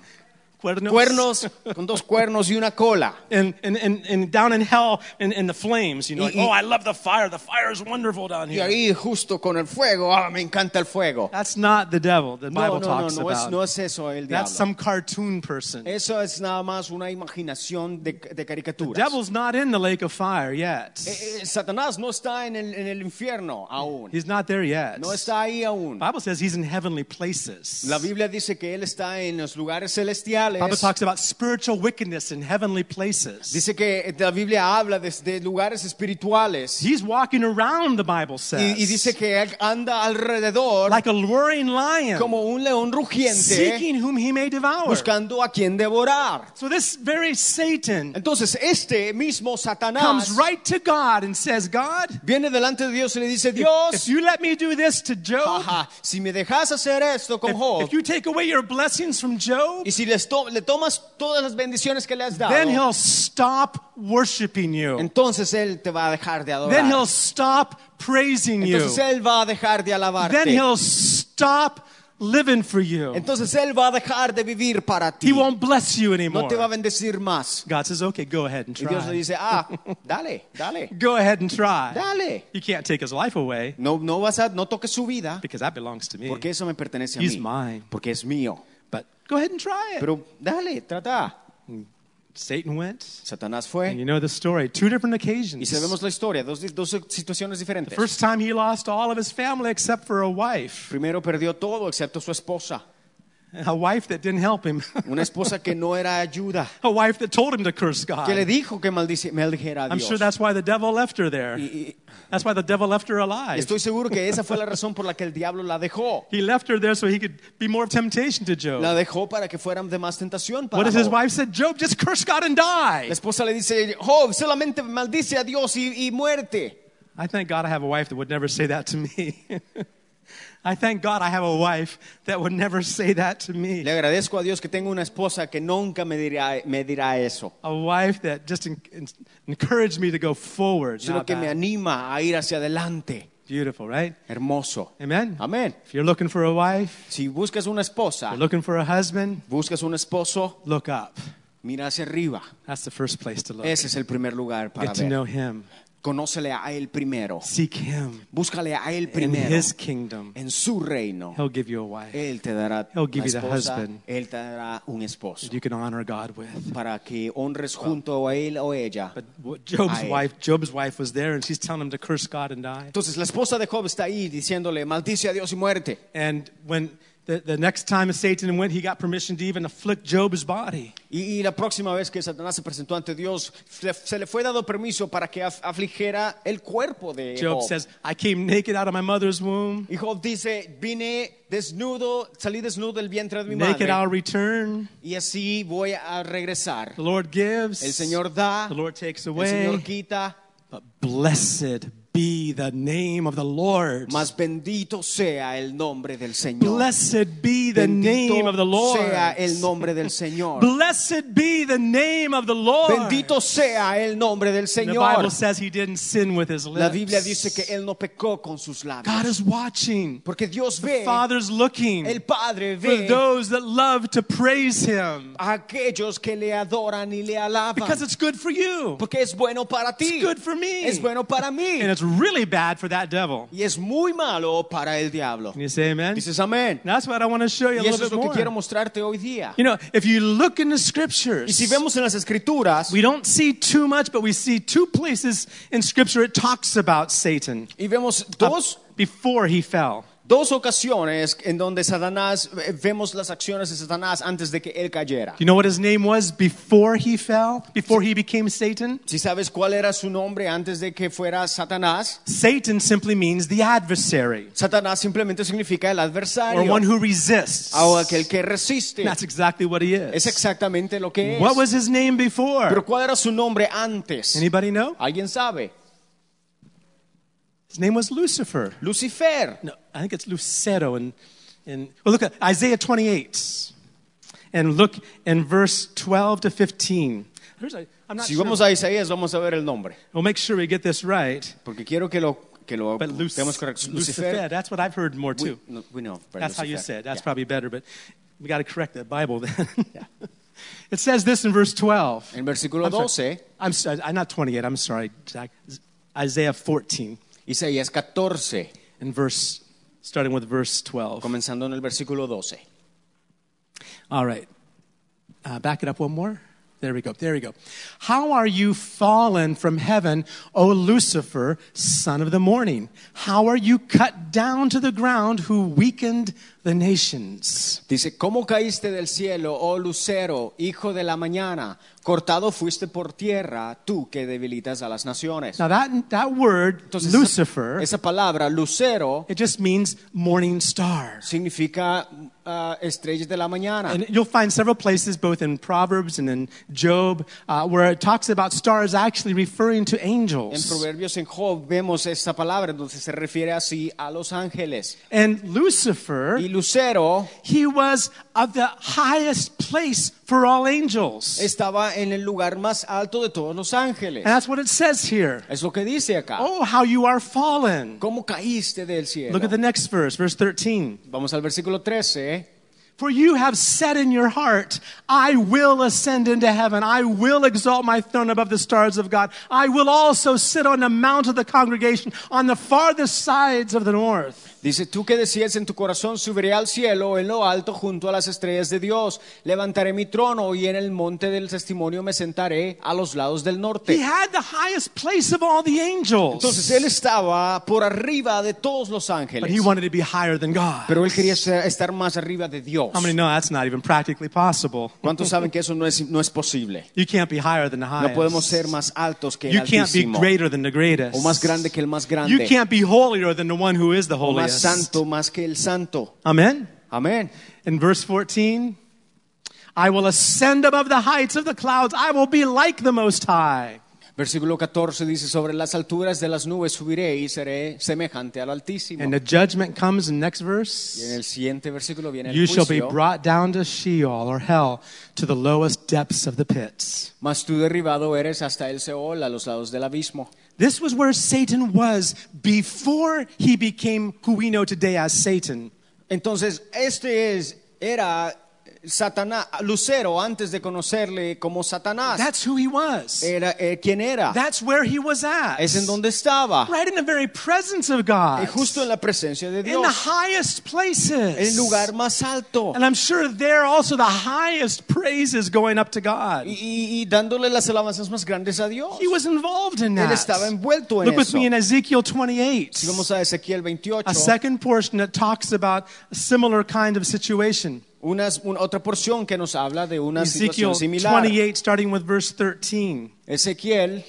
A: Cuernos.
B: cuernos, con dos cuernos y una cola.
A: And, and, and, and down in hell in, in the flames, you know,
B: Y-
A: like,
B: y-
A: oh, I love the fire. The fire is wonderful down
B: Y
A: here.
B: ahí justo con el fuego, ah, me encanta el fuego.
A: That's not the devil the
B: No, no,
A: Bible
B: no,
A: talks
B: no es,
A: about.
B: no es eso el
A: That's
B: diablo.
A: some cartoon person. The
B: Eso es nada más una imaginación de, de caricaturas.
A: devil's not in the lake of fire
B: Eh,
A: yet.
B: eh, Satanás no está en el, en el infierno aún.
A: He's not there yet.
B: No está ahí aún.
A: Bible says he's in heavenly places.
B: La Biblia dice que él está en los lugares
A: Bible
B: celestiales.
A: talks about spiritual wickedness in heavenly places.
B: Dice que eh, la Biblia habla de, de lugares espirituales y,
A: He's walking around, the Bible says.
B: y dice que él anda alrededor
A: like a luring lion,
B: como un león rugiente
A: seeking whom he may devour.
B: buscando a quien devorar.
A: So this very Satan
B: Entonces este mismo
A: comes
B: Satanás
A: right to God and says, God,
B: viene delante de Dios y le dice,
A: if
B: Dios,
A: you let me do this to Job,
B: ajá, si me dejas hacer esto con
A: if,
B: Job
A: if you take away your blessings from Job,
B: y si les to- le tomas todas las bendiciones que le has
A: then
B: dado,
A: he'll stop worshiping you.
B: entonces él te va a dejar de
A: Then he'll
B: adorar.
A: stop praising you.
B: Entonces él va a dejar de
A: Then
B: alabarte.
A: he'll stop living for you.
B: Entonces Él va a dejar de vivir para
A: He
B: ti.
A: won't bless you
B: No
A: anymore.
B: te va a bendecir más.
A: God says, okay, go ahead and
B: Y Dios le
A: try.
B: dice, ah, dale, dale,
A: Go ahead and try.
B: dale.
A: You can't take his life away
B: No, no vas a, no toques su vida,
A: because that belongs to me.
B: porque eso me pertenece a
A: He's
B: mí.
A: mine.
B: Porque es mío.
A: But go ahead and try it.
B: Pero dale, trata.
A: Satan went.
B: Satanás
A: And
B: fue.
A: you know the story. Two different
B: Y
A: occasions.
B: si vemos la historia, dos, dos situaciones diferentes.
A: First time he lost all of his family except for a wife,
B: Primero perdió todo, excepto su esposa.
A: a wife that didn't help him,
B: Una esposa que no era ayuda,
A: a wife that told him to curse
B: que le
A: God.
B: dijo que maldice, maldijera a
A: I'm
B: Dios.
A: sure that's why the devil left her there.
B: Y- y-
A: That's why the devil left her alive.
B: estoy seguro que esa fue la razón por la que el diablo la dejó.
A: He left her there so he could be more of temptation to Job.
B: La dejó para que fueran de más tentación para
A: What if his
B: Job.
A: wife said, Job, just curse God and die?
B: La esposa le dice, Job, solamente maldice a Dios y, y muerte.
A: I thank God I have a wife that would never say that to me. I thank God I have a wife that would never say that to
B: Le
A: me.
B: agradezco a Dios que tengo una esposa que nunca me dirá, me dirá eso,
A: A wife that just en- en- encouraged me to go forward.
B: sino
A: not
B: que me
A: back.
B: anima a ir hacia adelante.
A: Beautiful, right?
B: Hermoso.
A: Amen.
B: Amén.
A: If you're looking for a wife,
B: Si buscas una esposa,
A: you're looking for a husband,
B: buscas un esposo,
A: look up.
B: mira hacia arriba.
A: That's the first place to look.
B: Ese es el primer lugar para
A: Get to
B: ver.
A: know him.
B: Conócele a él primero.
A: Seek him
B: Búscale a él
A: in
B: primero.
A: his kingdom.
B: En su reino,
A: He'll give you a wife
B: él te dará
A: He'll give
B: una
A: you the
B: esposa,
A: husband.
B: él te dará un esposo
A: that you can honor God with.
B: para que honres junto a él o ella.
A: But what Job's
B: A él.
A: wife, Job's wife was there, and she's telling him to curse God and die.
B: Entonces la esposa de Job está ahí diciéndole, maldice a Dios y muerte.
A: And when the, the next time Satan went, he got permission to even afflict Job's body.
B: Y, y la próxima vez que Satanás se presentó ante Dios, se, se le fue dado permiso para que af- afligiera el cuerpo de
A: Job
B: Job.
A: says, I came naked out of my mother's womb,
B: y Job dice, vine desnudo, salí desnudo del vientre de mi
A: naked
B: madre
A: I'll return.
B: y así voy a regresar.
A: The Lord gives,
B: El
A: the
B: Señor da,
A: Lord takes
B: el Señor
A: away.
B: quita,
A: But blessed be the name of the Lord.
B: mas bendito sea el nombre del Señor.
A: Blessed be the name of the
B: Bendito
A: Lord.
B: sea el nombre del Señor.
A: Blessed be the name of the Lord.
B: Bendito sea el nombre del
A: And the Bible
B: Señor.
A: says he didn't sin with his lips.
B: La Biblia dice que él no pecó con sus
A: God
B: labios.
A: is watching.
B: Porque Dios
A: The
B: ve,
A: Father's looking.
B: el Padre
A: for
B: ve
A: those that love to praise him
B: a aquellos que le adoran y le
A: because
B: alaban.
A: it's good for you
B: Porque es bueno para
A: it's
B: ti,
A: good for me
B: es bueno para mí
A: and it's really bad for that devil
B: y es muy malo para el diablo.
A: can you say amen
B: Dices amén.
A: And that's what i want to show you a
B: Y eso
A: little
B: es
A: bit
B: lo que
A: more
B: quiero mostrarte hoy día.
A: you know if you look in the scriptures
B: Y si vemos en las escrituras
A: we don't see too much but we see two places in scripture it talks about satan
B: y vemos dos,
A: Up before he fell
B: dos ocasiones en donde Satanás, eh, vemos las acciones de Satanás antes de que él cayera.
A: do you know what his name was before he fell before he became satan
B: Si sabes cuál era su nombre antes de que fuera Satanás,
A: satan simply means the adversary
B: Satanás simplemente significa el
A: or one
B: adversario
A: who resists
B: o aquel que resiste.
A: That's exactly what he is.
B: Ah, Es exactamente lo que es.
A: What was his name before?
B: Pero ¿cuál era su nombre antes?
A: Anybody know?
B: ¿Alguien sabe?
A: His name was Lucifer.
B: Lucifer.
A: No, I think it's Lucero. And, and well, look at Isaiah 28, and look in verse 12 to 15. There's a, I'm not
B: Si
A: sure.
B: vamos a Isaías vamos a ver el nombre,
A: We'll make sure we get this right.
B: porque quiero que lo que lo
A: But Luc-
B: tengamos correcto.
A: Lucifer,
B: Lucifer.
A: that's what I've heard more
B: We-
A: too.
B: no, we know, but
A: That's how you
B: Lucifer.
A: say it. That's
B: Yeah.
A: probably better. But we got to correct that Bible then. It says this in verse 12.
B: En versículo
A: I'm sorry.
B: 12,
A: I'm sorry, I'm not 28. I'm sorry, Zach. Isaiah 14
B: Isaías 14,
A: and verse, starting with verse 12.
B: comenzando en el versículo 12.
A: All right. Uh, back it up one more. There we go. There we go. How are you fallen from heaven, O Lucifer, son of the morning? How are you cut down to the ground who weakened the nations?
B: Dice, ¿cómo caíste del cielo, oh lucero, hijo de la mañana? Cortado fuiste por tierra, tú que debilitas a las naciones.
A: Now, that, that word,
B: Entonces, esa-
A: Lucifer,
B: Esa, palabra, lucero,
A: it just means morning star.
B: significa ah, estrellas de la mañana.
A: And you'll find several places, both in Proverbs and in Job, uh, where it talks about stars actually referring to
B: En
A: angels.
B: Proverbios, en Job, vemos esta palabra, entonces se refiere así a los ángeles.
A: And Lucifer
B: Y lucero
A: He was of the highest place for all angels. And
B: estaba en el lugar más alto de todos los ángeles.
A: that's what it says here.
B: Es lo que dice acá.
A: Oh, how you are fallen.
B: ¿Cómo caíste del cielo?
A: Look at the next verse, verse 13.
B: Vamos al versículo 13.
A: For you have said in your heart, I will ascend into heaven. I will exalt my throne above the stars of God. I will also sit on the mount of the congregation on the farthest sides of the north.
B: Dice, tú que decías en tu corazón, subiré al cielo, en lo alto, junto a las estrellas de Dios, levantaré mi trono y en el monte del testimonio me sentaré a los lados del
A: He
B: norte.
A: had the highest place of all the
B: Entonces
A: angels.
B: él estaba por arriba de todos los
A: But
B: ángeles,
A: he wanted to be higher than God.
B: pero él quería ser- estar más arriba de Dios.
A: How many know that's not even practically possible?
B: ¿Cuántos saben que eso no es, no es posible?
A: You can't be higher than the highest.
B: No podemos ser más altos que el
A: you can't be
B: Altísimo,
A: greater than the greatest.
B: o más grande que el más
A: you
B: grande,
A: can't be holier than the one who is the
B: o
A: holiest.
B: más santo más que el santo.
A: Amen.
B: Amén.
A: In verse 14, I will ascend above the heights of the clouds. I will be like the Most High.
B: Versículo 14 dice, sobre las alturas de las nubes subiré y seré semejante al Altísimo.
A: And the judgment comes in next
B: Y en
A: verse.
B: el siguiente versículo viene
A: You
B: el
A: shall be
B: juicio.
A: brought down to Sheol or hell to the lowest depths of the pits.
B: Mas tú derribado eres hasta el Seol, a los lados del abismo.
A: This was where Satan was before he became who we know today as Satan.
B: Entonces, este es, era Satanás, Lucero, antes de conocerle como Satanás.
A: That's who he was.
B: Era, eh, ¿Quién era?
A: That's where he was at.
B: Es en donde estaba.
A: Right in the very presence of God.
B: Eh, Justo en la presencia de
A: in the
B: Dios.
A: highest places.
B: En el lugar más alto.
A: And I'm sure there also the highest praise is going up to God.
B: Y, y- y dándole las alabanzas más grandes a Dios.
A: He was involved in that.
B: Él estaba envuelto en
A: Look with
B: eso.
A: me in Ezekiel
B: Si vamos
A: 28,
B: a Ezequiel 28,
A: a second portion that talks about a similar kind of situation.
B: unas- un- otra porción que nos habla de una
A: Ezekiel
B: situación similar.
A: 28, starting with verse 13.
B: Ezequiel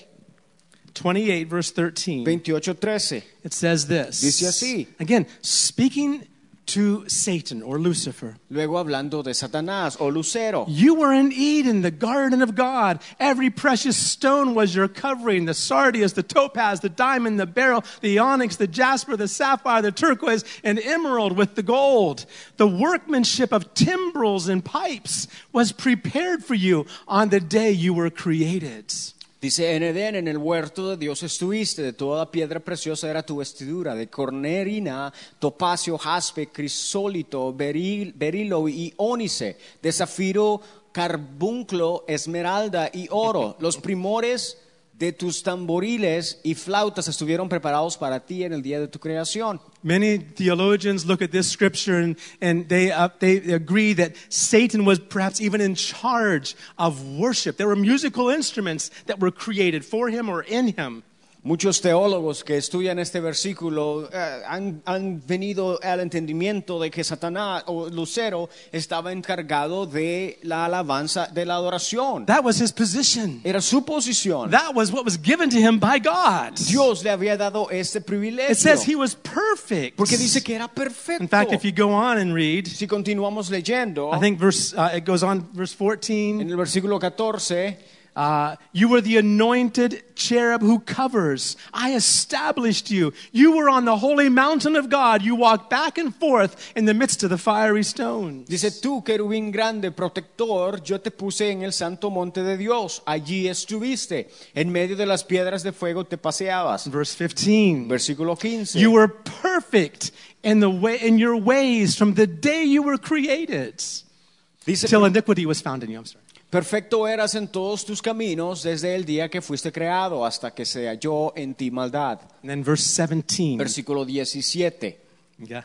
A: 28, verse 13.
B: 28, 13.
A: It says this.
B: Dice así.
A: Again, speaking to Satan or Lucifer.
B: Luego hablando de Satanás o Lucero.
A: You were in Eden, the garden of God. Every precious stone was your covering the sardius, the topaz, the diamond, the beryl, the onyx, the jasper, the sapphire, the turquoise, and emerald with the gold. The workmanship of timbrels and pipes was prepared for you on the day you were created.
B: Dice, en Edén, en el huerto de Dios estuviste, de toda piedra preciosa era tu vestidura, de cornerina, topacio, jaspe, crisólito, beril- berilo y ónice, de zafiro, carbunclo, esmeralda y oro. Los primores de tus tamboriles y flautas estuvieron preparados para ti en el día de tu creación.
A: Many theologians look at this scripture and, and they, uh, they agree that Satan was perhaps even in charge of worship. There were musical instruments that were created for him or in him.
B: Muchos teólogos que estudian este versículo eh, han, han venido al entendimiento de que Satanás o Lucero estaba encargado de la alabanza, de la adoración.
A: That was his position.
B: Era su posición.
A: That was what was given to him by God.
B: Dios le había dado este
A: It says he
B: privilegio.
A: was perfect.
B: Porque dice que era perfecto.
A: In fact, if you go on and read,
B: si continuamos leyendo,
A: I think verse uh, it goes on verse 14.
B: en el versículo 14,
A: Uh, you were the anointed cherub who covers. I established you. You were on the holy mountain of God. You walked back and forth in the midst of the fiery stones.
B: Dice tú, querubín grande, protector, yo te puse en el santo monte de Dios. Allí estuviste. En medio de las piedras de fuego te paseabas.
A: Verse 15.
B: Versículo 15.
A: You were perfect in the way in your ways from the day you were created
B: Dice,
A: till iniquity was found in you. I'm sorry.
B: perfecto eras en todos tus caminos desde el día que fuiste creado hasta que se halló en ti maldad.
A: And then verse 17
B: Versículo 17.
A: yeah,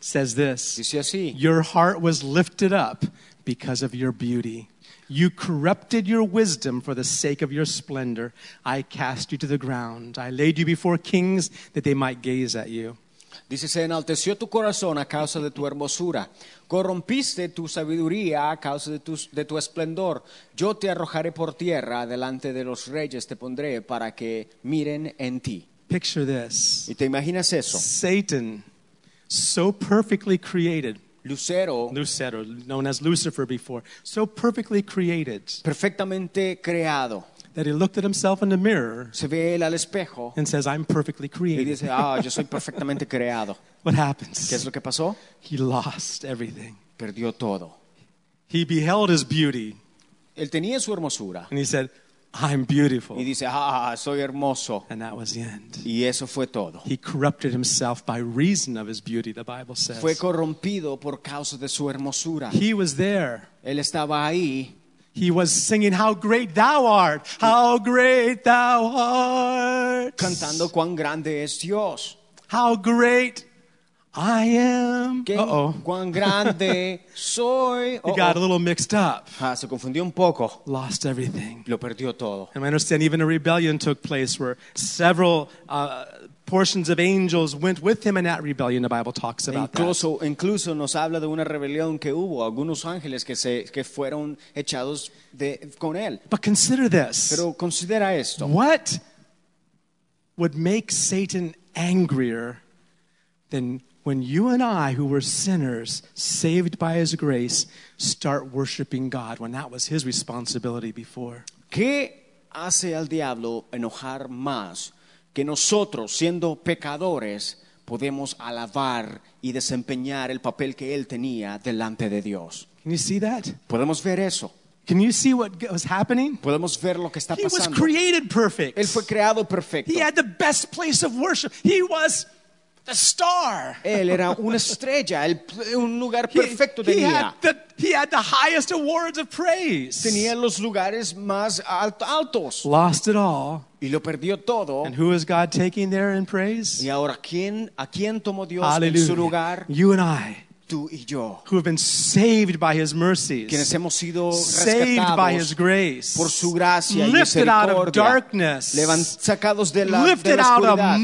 A: says this
B: Dice así.
A: Your heart was lifted up because of your beauty. You corrupted your wisdom for the sake of your splendor. I cast you to the ground. I laid you before kings that they might gaze at you.
B: Dice, se enalteció tu corazón a causa de tu hermosura. Corrompiste tu sabiduría a causa de tu, de tu esplendor. Yo te arrojaré por tierra delante de los reyes, te pondré para que miren en ti.
A: Picture this
B: ¿Y te imaginas eso?
A: Satan, so perfectly created,
B: Lucero,
A: Lucero, known as Lucifer before, so perfectly created
B: perfectamente creado.
A: that he looked at himself in the mirror
B: se ve él al espejo
A: and says, I'm perfectly
B: y
A: created.
B: dice, ah, yo soy perfectamente creado.
A: What
B: ¿Qué es
A: happens?
B: lo que pasó?
A: He lost everything.
B: Perdió todo.
A: He beheld his beauty
B: Él tenía su hermosura
A: and he said, I'm
B: y
A: beautiful.
B: dice, ah, soy hermoso.
A: And that was the end.
B: Y eso fue todo.
A: He corrupted himself by reason of his beauty, the Bible
B: Fue
A: says.
B: corrompido por causa de su hermosura.
A: He was there.
B: Él estaba ahí
A: He was singing, How great thou art! How great thou art!
B: cantando cuán grande es Dios.
A: How great I am.
B: ¿Qué-
A: Uh oh.
B: Cuán grande soy.
A: He
B: Oh,
A: got a
B: oh.
A: little mixed up,
B: Ah, se confundió un poco.
A: lost everything.
B: Lo perdió todo.
A: And I understand even a rebellion took place where several uh, portions of angels went with him in that rebellion. The Bible talks about that.
B: Incluso, incluso nos habla de una rebelión que hubo, algunos ángeles que, se, que fueron echados de, con él.
A: But consider this
B: Pero considera esto,
A: what would make Satan angrier than when you and I, who were sinners, saved by his grace, start worshiping God when that was his responsibility before?
B: ¿qué hace al diablo enojar más que nosotros, siendo pecadores, podemos alabar y desempeñar el papel que él tenía delante de Dios?
A: Can you see that?
B: Podemos ver eso,
A: Can you see what g- was happening?
B: podemos ver lo que está
A: He was
B: pasando.
A: created perfect.
B: Él fue creado perfecto.
A: He had the best place of worship. He was the star.
B: Él era una estrella, el- un lugar
A: He-
B: perfecto
A: he,
B: tenía.
A: had the, he had the highest awards of praise.
B: tenía los lugares más alt- altos
A: Lost it all.
B: y lo perdió todo.
A: And who is God taking there in praise?
B: Y ahora, ¿quién, ¿a quién tomó Dios en su
A: Hallelujah.
B: lugar?
A: You and I,
B: Tú y yo,
A: who have been saved by his
B: quienes
A: mercies,
B: hemos sido
A: saved by his
B: rescatados
A: grace,
B: por su gracia y
A: lifted out of
B: misericordia,
A: darkness,
B: levan- sacados de la, de
A: lifted
B: la
A: out of
B: oscuridad,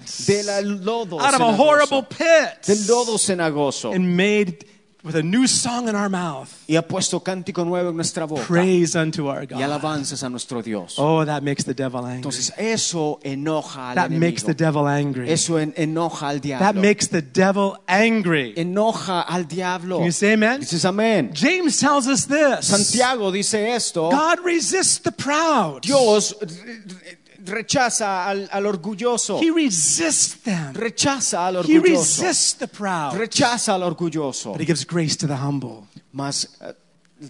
A: mud,
B: de la lodo
A: out of a
B: cenagoso,
A: horrible pit,
B: del lodo cenagoso,
A: and made with a new song in our mouth
B: y ha puesto cántico nuevo en nuestra boca
A: praise unto our
B: y
A: God.
B: alabanzas a nuestro Dios.
A: Oh, that makes the devil angry.
B: Entonces, eso enoja al
A: That
B: enemigo.
A: makes the devil angry.
B: Eso en- enoja al diablo.
A: That makes the devil angry.
B: enoja al diablo.
A: Can you say amen?
B: Dices amén.
A: James tells us this
B: Santiago dice esto.
A: God resists the proud,
B: Dios re- re- rechaza al, al orgulloso.
A: He resists them.
B: Rechaza al
A: He
B: orgulloso.
A: resists the proud,
B: Rechaza al orgulloso.
A: but He gives grace to the humble.
B: Mas eh,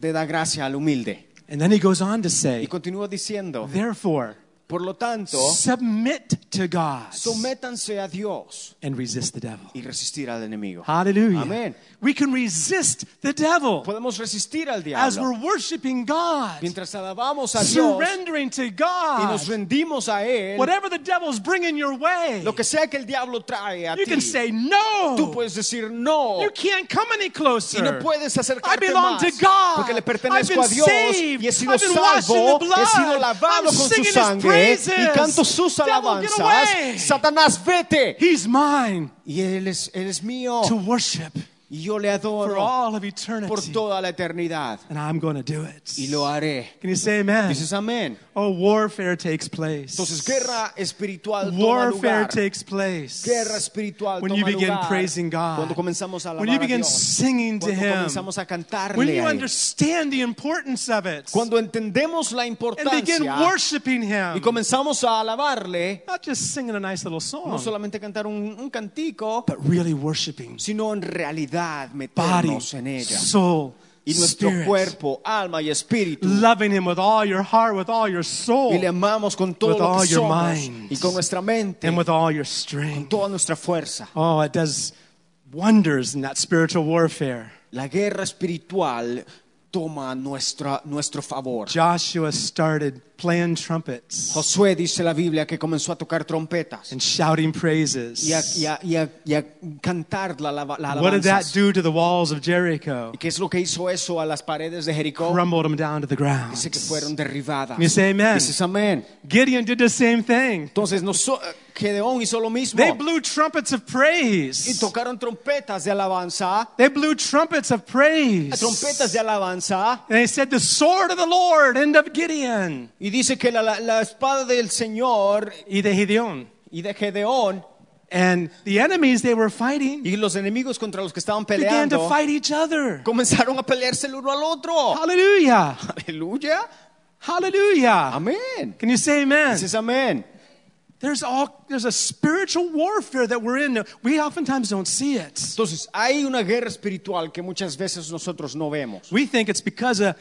B: le da gracia al humilde.
A: And then He goes on to
B: Y
A: say,
B: continúa diciendo,
A: Therefore,
B: por lo tanto,
A: submit to God
B: sométanse a Dios
A: and resist the devil.
B: y resistir al enemigo.
A: Hallelujah.
B: Amén.
A: We can resist the devil.
B: Podemos resistir al
A: as
B: diablo
A: we're worshiping God,
B: mientras alabamos a Dios
A: surrendering to
B: y nos
A: God,
B: rendimos a Él.
A: whatever the devil's bringing your way,
B: Lo que sea que el diablo trae a
A: you
B: ti,
A: can say
B: tú
A: no.
B: puedes decir no.
A: You can't come any
B: y no
A: closer.
B: puedes
A: I
B: acercarte
A: belong
B: más
A: to God.
B: porque le
A: I've
B: pertenezco
A: been
B: a Dios
A: saved.
B: y he sido
A: I've been washed in the
B: salvo, he sido
A: blood.
B: lavado
A: I'm
B: con su
A: singing His
B: sangre
A: praises.
B: y canto sus
A: Devil, get away.
B: alabanzas. Satanás, vete.
A: He's mine
B: Y él es, él es mío
A: to worship
B: y yo le
A: for
B: adoro
A: all of
B: por
A: eternity,
B: toda la eternidad
A: and I'm going to do it.
B: y lo haré.
A: Can you say amen?
B: Dices amén.
A: Oh, warfare takes place.
B: Entonces guerra espiritual toma
A: Warfare
B: lugar.
A: takes place.
B: Guerra espiritual
A: when
B: toma
A: you begin
B: lugar
A: praising God,
B: cuando comenzamos a alabar
A: when you
B: a
A: begin
B: Dios,
A: singing to
B: cuando
A: Him,
B: comenzamos a cantarle
A: when you
B: a Él,
A: understand the importance of it,
B: cuando entendemos la
A: and begin
B: importancia
A: worshiping
B: y
A: Him,
B: comenzamos a alabarle,
A: not just singing a nice little song,
B: no solamente cantar un, un cantico,
A: but really worshiping
B: sino en realidad
A: body,
B: meternos en ella.
A: soul,
B: Y nuestro
A: spirit,
B: cuerpo, alma y espíritu.
A: loving Him with all your heart, with all your soul,
B: Y le amamos con todo
A: With
B: lo
A: all
B: que
A: your
B: somos
A: mind.
B: y con nuestra mente,
A: and with all your
B: con
A: strength.
B: toda nuestra fuerza.
A: Oh, it does wonders in that spiritual warfare.
B: La guerra espiritual toma nuestra, nuestro favor.
A: Joshua started playing trumpets
B: Josué dice la Biblia que comenzó a tocar trompetas
A: and shouting praises.
B: y a, y a- y a- y a cantar la, la, la
A: What did that
B: alabanzas.
A: do to the walls of Jericho?
B: ¿Y qué es lo que hizo eso a las paredes de Jericó?
A: Crumbled them down to the ground.
B: Dice que fueron derribadas.
A: You say amen.
B: Dices amén.
A: Gideon did the same thing.
B: Entonces noso- Gedeón hizo lo mismo.
A: They blew trumpets of
B: Y
A: praise.
B: tocaron trompetas de alabanza,
A: They blew trumpets of
B: trompetas
A: praise.
B: de alabanza.
A: And they said, The sword of the Lord, end of Gideon.
B: Y dice que la, la- la espada del Señor
A: Y de Gideon.
B: y de Gedeón
A: And the enemies they were fighting
B: y los enemigos contra los que estaban
A: began to
B: peleando
A: fight each other.
B: comenzaron a pelearse el uno al otro.
A: Hallelujah.
B: Aleluya.
A: Hallelujah.
B: Amén.
A: Can you say amen?
B: Dices amén.
A: There's all there's a spiritual warfare that we're in. We oftentimes don't see it.
B: Entonces, hay una guerra espiritual que muchas veces nosotros no vemos.
A: We think it's because of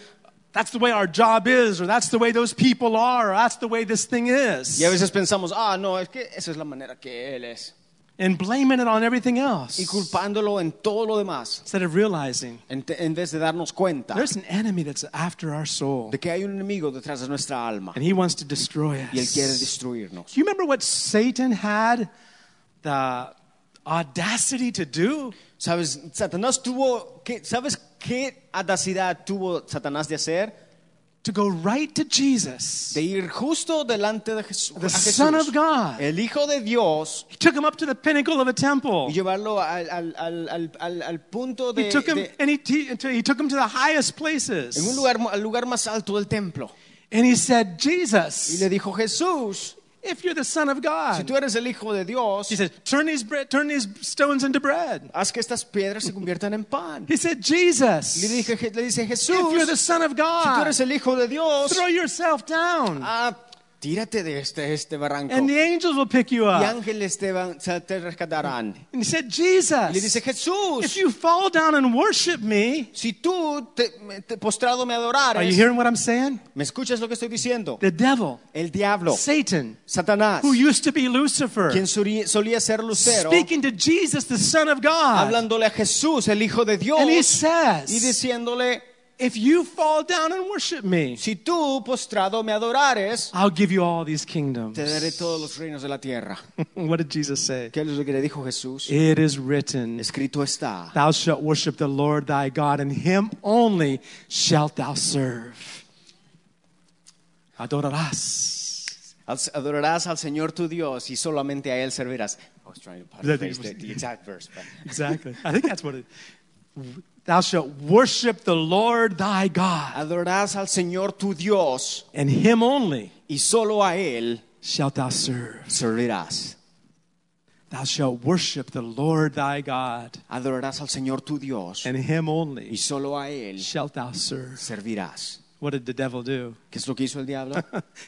A: that's the way our job is, or that's the way those people are, or that's the way this thing
B: Y a
A: is.
B: veces pensamos, ah, no, es que esa es la manera que él es.
A: And blaming it on everything
B: Y
A: else.
B: culpándolo en todo lo demás,
A: Instead of realizing
B: en, te- en vez de darnos cuenta
A: there's an enemy that's after our soul.
B: de que hay un enemigo detrás de nuestra alma
A: And he wants to destroy
B: y él quiere
A: us.
B: destruirnos.
A: Do you remember what Satan had the audacity to do?
B: ¿Sabes? Satanás tuvo, ¿qué- ¿sabes qué audacidad tuvo Satanás de hacer?
A: To go right to Jesus.
B: De ir justo delante de Jesús, a
A: The
B: Jesús,
A: Son of God.
B: el Hijo de Dios,
A: He took him up to the pinnacle of a temple.
B: y llevarlo al, al- al- al- al- al punto de,
A: He took him
B: de-
A: and he, he, he took him to the highest
B: en un
A: places.
B: lugar, al lugar más alto del templo.
A: And he said,
B: Y
A: Jesus,
B: le dijo, Jesús,
A: if you're the Son of
B: si
A: God,
B: tú eres el Hijo de Dios,
A: he said, turn these, bre- turn these stones into bread.
B: haz que estas piedras se conviertan en pan.
A: He said,
B: Le,
A: Jesus, if
B: dije, Je- le dice, Jesús,
A: you're the
B: si
A: Son of
B: tú
A: God,
B: eres el Hijo de Dios,
A: throw yourself down
B: ah, tírate de este, este barranco.
A: and
B: Y
A: the angels will pick you up.
B: ángeles te, van- se- te rescatarán.
A: And he said,
B: Y le dice,
A: Jesus,
B: Jesús,
A: if you fall down and worship me,
B: si tú te, me- te- postrado me
A: are you
B: adorares,
A: hearing what I'm saying?
B: ¿me escuchas lo que estoy diciendo?
A: The devil,
B: El diablo,
A: Satan,
B: Satanás,
A: who used to be Lucifer,
B: quien solía, solía ser lucero,
A: speaking to Jesus, the Son of God.
B: hablándole a Jesús, el Hijo de
A: And he
B: Dios, y
A: says,
B: diciéndole,
A: If you fall down and worship me,
B: si tú postrado me adorares,
A: I'll give you all these kingdoms.
B: te daré todos los reinos de la tierra.
A: what did Jesus say?
B: ¿Qué es lo que le dijo Jesús?
A: It is written,
B: Escrito está.
A: Thou shalt worship the Lord thy God, and him only shalt thou serve. Adorarás.
B: Al- Adorarás al Señor tu Dios y solamente a Él servirás. I was trying to paraphrase the- the exact verse, but-
A: Exactly. I think that's what it Thou shalt worship the Lord thy God,
B: Adorarás al Señor tu Dios
A: and him only
B: y solo a Él
A: shalt thou serve.
B: servirás.
A: Thou shalt worship the Lord thy God,
B: Adorarás al Señor tu Dios
A: and him
B: y
A: only
B: solo a Él
A: shalt thou serve.
B: servirás.
A: What did the devil do?
B: ¿Qué es lo que hizo el diablo?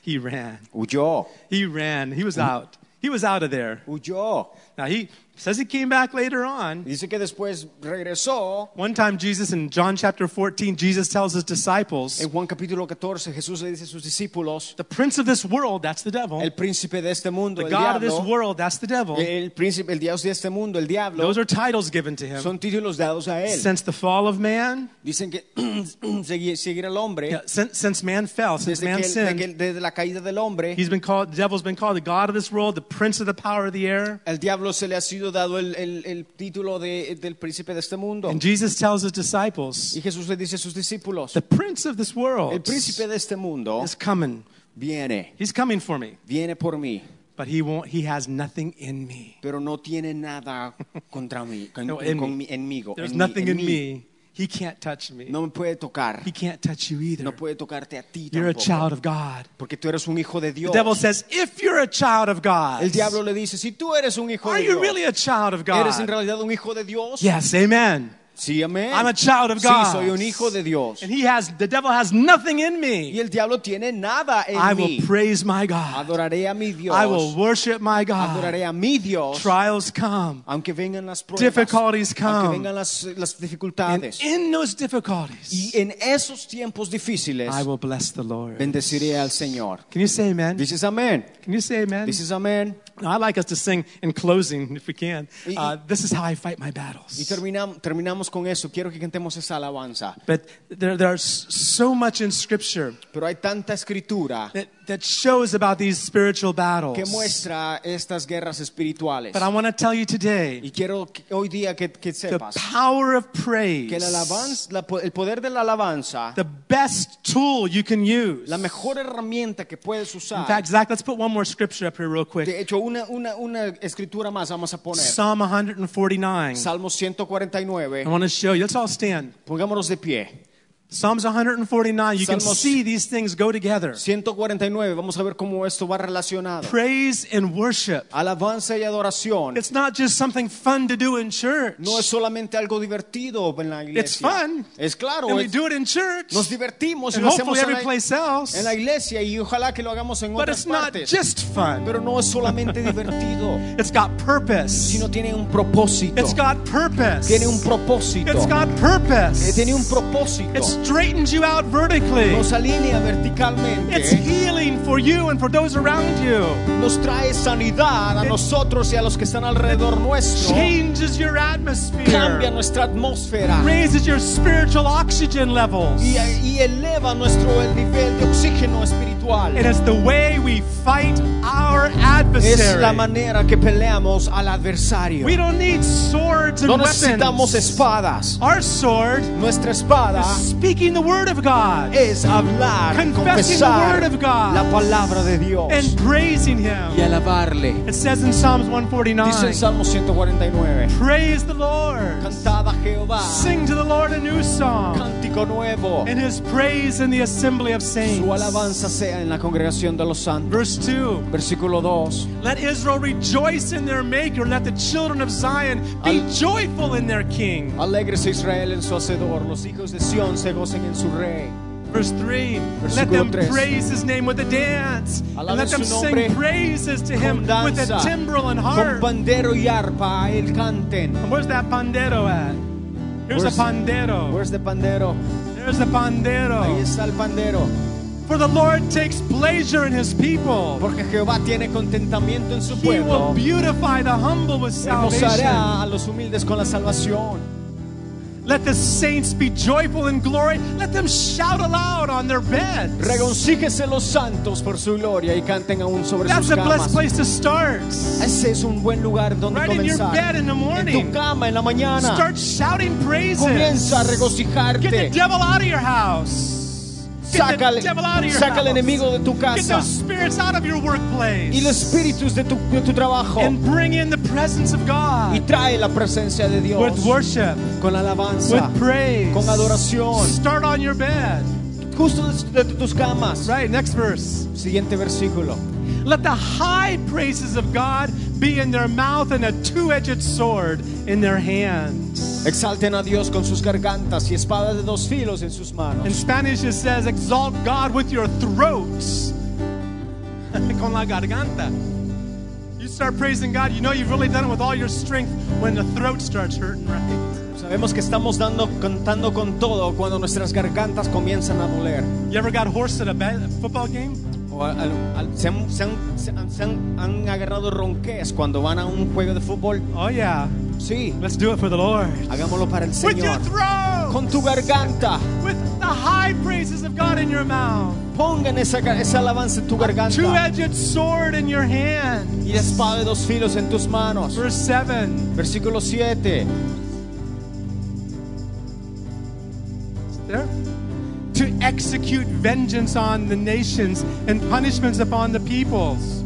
A: he ran.
B: Huyó,
A: He ran. He was out. He was out of there.
B: huyó.
A: Now he says he came back later on.
B: Dice que después regresó.
A: One time, Jesus in John chapter 14, Jesus tells his disciples,
B: En Juan capítulo 14 Jesús le dice a sus discípulos,
A: The prince of this world, that's the devil.
B: el príncipe de este mundo,
A: The
B: el
A: God of this
B: diablo,
A: world, that's the devil.
B: el príncipe, el dios de este mundo, el diablo,
A: Those are titles given to him.
B: son títulos dados a él.
A: Since the fall of man,
B: Dicen que segui- seguir al hombre
A: yeah, since, since man fell, since
B: desde, que
A: man
B: el- de que
A: sinned,
B: el- desde la caída del hombre,
A: he's been called, the devil's been called the God of this world, the prince of the power of the air.
B: al diablo se le ha sido dado el, el- el título de- del príncipe de este mundo.
A: And Jesus tells his
B: Y
A: disciples,
B: Jesús le dice a sus discípulos,
A: The prince of this
B: el
A: world
B: príncipe de este mundo
A: is coming.
B: viene,
A: He's coming for me.
B: viene por mí,
A: but he won't he has nothing in me
B: pero no tiene nada contra mí, con-
A: No, en
B: con
A: mí.
B: mi- enmigo,
A: there's
B: en mí,
A: nothing
B: en
A: in
B: mí.
A: me he can't touch me
B: No me puede tocar,
A: he can't touch you either
B: no puede tocarte a ti
A: you're a
B: tampoco,
A: child of god
B: porque tú eres un hijo de
A: the
B: Dios.
A: devil says if you're a child of god
B: El diablo le dice, si tú eres un hijo
A: are
B: de
A: you
B: Dios,
A: really a child of
B: ¿eres en
A: god
B: realidad un hijo de Dios?
A: yes amen
B: Sí, amén.
A: i'm a child of
B: Sí,
A: god
B: soy un hijo de Dios.
A: and he has the devil has nothing in
B: Y
A: me
B: el diablo tiene nada en
A: i
B: mí.
A: will praise my god
B: Adoraré a mi Dios.
A: i will worship my god
B: Adoraré a mi Dios.
A: trials come
B: Aunque vengan las pruebas.
A: Difficulties come.
B: Aunque vengan las, las
A: and
B: dificultades.
A: in those difficulties
B: Y en esos tiempos difíciles,
A: i will bless the lord
B: bendeciré al Señor.
A: can you say amen
B: Dices amén.
A: can you say amen
B: Dices amén.
A: Now, I'd like us to sing in closing, if we can. Uh, this is how I fight my
B: Y
A: battles.
B: terminam- terminamos con eso. Quiero que cantemos esa alabanza.
A: But there, there's so much in Scripture
B: Pero hay tanta escritura
A: that, that shows about these spiritual
B: que
A: battles.
B: muestra estas guerras espirituales.
A: But I want to tell you
B: Y
A: today
B: quiero que- hoy día que, que
A: the
B: sepas
A: power of
B: que la
A: praise,
B: alabanza, la po- el poder de la alabanza,
A: the best tool you can use.
B: la
A: In
B: mejor herramienta que puedes usar.
A: fact, Zach, let's put one more scripture up here, real quick
B: de hecho, una, una, una escritura más vamos a poner.
A: Psalm 149.
B: Salmo
A: I
B: 149.
A: want to show you. Let's all stand.
B: Pongámonos de pie.
A: Psalms 149, you can
B: Salmos-
A: see these things go together.
B: 149, vamos a ver cómo esto va relacionado.
A: Praise and worship.
B: Alabanza y adoración.
A: It's not just something fun to do in church.
B: No es solamente algo divertido en la iglesia.
A: It's fun.
B: Es claro,
A: And we
B: es-
A: do it in church.
B: nos divertimos y
A: And
B: lo hacemos
A: hopefully
B: en
A: every
B: la,
A: place else.
B: en la iglesia y ojalá que lo hagamos en
A: But
B: otras
A: it's not
B: partes.
A: just fun.
B: Pero no es solamente divertido,
A: It's got purpose.
B: sino tiene un propósito.
A: It's got purpose.
B: Tiene un propósito.
A: It's got
B: Eh,
A: purpose.
B: Tiene un
A: It
B: propósito.
A: straightens you out vertically.
B: Nos alinea verticalmente.
A: It's healing for you and for those around you.
B: nos trae sanidad a
A: It-
B: nosotros y a los que están alrededor nuestro.
A: Changes your
B: Cambia
A: atmosphere.
B: nuestra atmósfera
A: Raises your spiritual oxygen levels.
B: y, y eleva nuestro el nivel de oxígeno espiritual.
A: And it's the way we fight our
B: Es la
A: adversary.
B: manera que peleamos al adversario.
A: We don't need swords and
B: No necesitamos
A: weapons.
B: espadas.
A: Our sword
B: Nuestra espada
A: is speaking the word of God
B: es hablar,
A: Confessing the
B: confesar
A: word of God.
B: la palabra de Dios
A: and praising Him.
B: y alabarle.
A: It says in Psalms
B: Dice
A: 149
B: en Salmo 149,
A: Praise the Lord,
B: cantad a Jehová,
A: sing to the Lord a new song,
B: cántico nuevo,
A: and His praise in the assembly of
B: su
A: saints.
B: alabanza sea en la congregación de los santos.
A: Verse 2
B: Versículo 2.
A: Let Israel rejoice in their Maker, let the children of Zion be
B: Al-
A: joyful in their King.
B: Alégrese Israel en su hacedor, los hijos de Sión se gocen en su rey.
A: Verse 3 Let
B: Versículo
A: them
B: tres.
A: praise his name with a dance, and
B: Alaben
A: let them
B: su nombre
A: sing praises to him
B: Con
A: with a
B: danza,
A: timbrel and
B: con
A: harp.
B: pandero y arpa, a él canten.
A: And where's that pandero at? Here's
B: Where's-
A: a pandero.
B: Where's the pandero?
A: There's a
B: Ahí
A: pandero.
B: está el pandero.
A: For the Lord takes pleasure in his people,
B: Porque Jehová tiene contentamiento en su
A: he will
B: pueblo.
A: beautify the humble with salvation.
B: Hermosará a los humildes con la salvación.
A: Let the saints be joyful in glory, let them shout aloud on their beds.
B: Regocíjese los santos por su gloria y canten aún sobre
A: That's
B: sus
A: a blessed
B: camas.
A: place to start.
B: Ese es un buen lugar donde
A: Right in your bed
B: comenzar.
A: in the
B: En tu
A: morning.
B: cama en la mañana.
A: Start shouting praises.
B: Comienza a
A: Get the
B: regocijarte.
A: devil out of your house. Get
B: Saca,
A: the devil out of your
B: saca al
A: house.
B: enemigo de tu
A: Get
B: casa
A: those spirits out of your workplace.
B: y los espíritus de tu, de tu trabajo
A: And bring in the presence of
B: y
A: God
B: trae la presencia de Dios
A: with worship,
B: con alabanza,
A: with praise,
B: con adoración,
A: Start on your bed.
B: justo desde tus camas.
A: Right, next verse.
B: Siguiente versículo.
A: Let the high praises of God be in their mouth and a two edged sword in their hands.
B: Exalten a Dios con sus gargantas y espadas de dos filos en sus
A: In
B: manos.
A: Spanish, it says, Exalt God with your throats. Con la garganta. You start praising God, you know you've really done it with all your strength when the throat starts hurting, right?
B: Sabemos que estamos dando, contando con todo cuando nuestras gargantas comienzan a doler.
A: You ever got hoarse at a ba- football game?
B: O al- al- al- se, han, se han- se han- se han- han agarrado ronquez cuando van a un juego de fútbol.
A: Oh, yeah.
B: Sí,
A: Let's do it for the Lord.
B: hagámoslo para el
A: With your
B: Señor.
A: throat!
B: Con tu garganta,
A: With the high praises of God in your mouth.
B: pongan esa, gar- esa alabanza en tu
A: Two
B: garganta
A: edged sword in your hand.
B: y la espada de dos filos en tus manos.
A: Verse 7.
B: Versículo 7.
A: there to execute vengeance on the nations and punishments upon the peoples.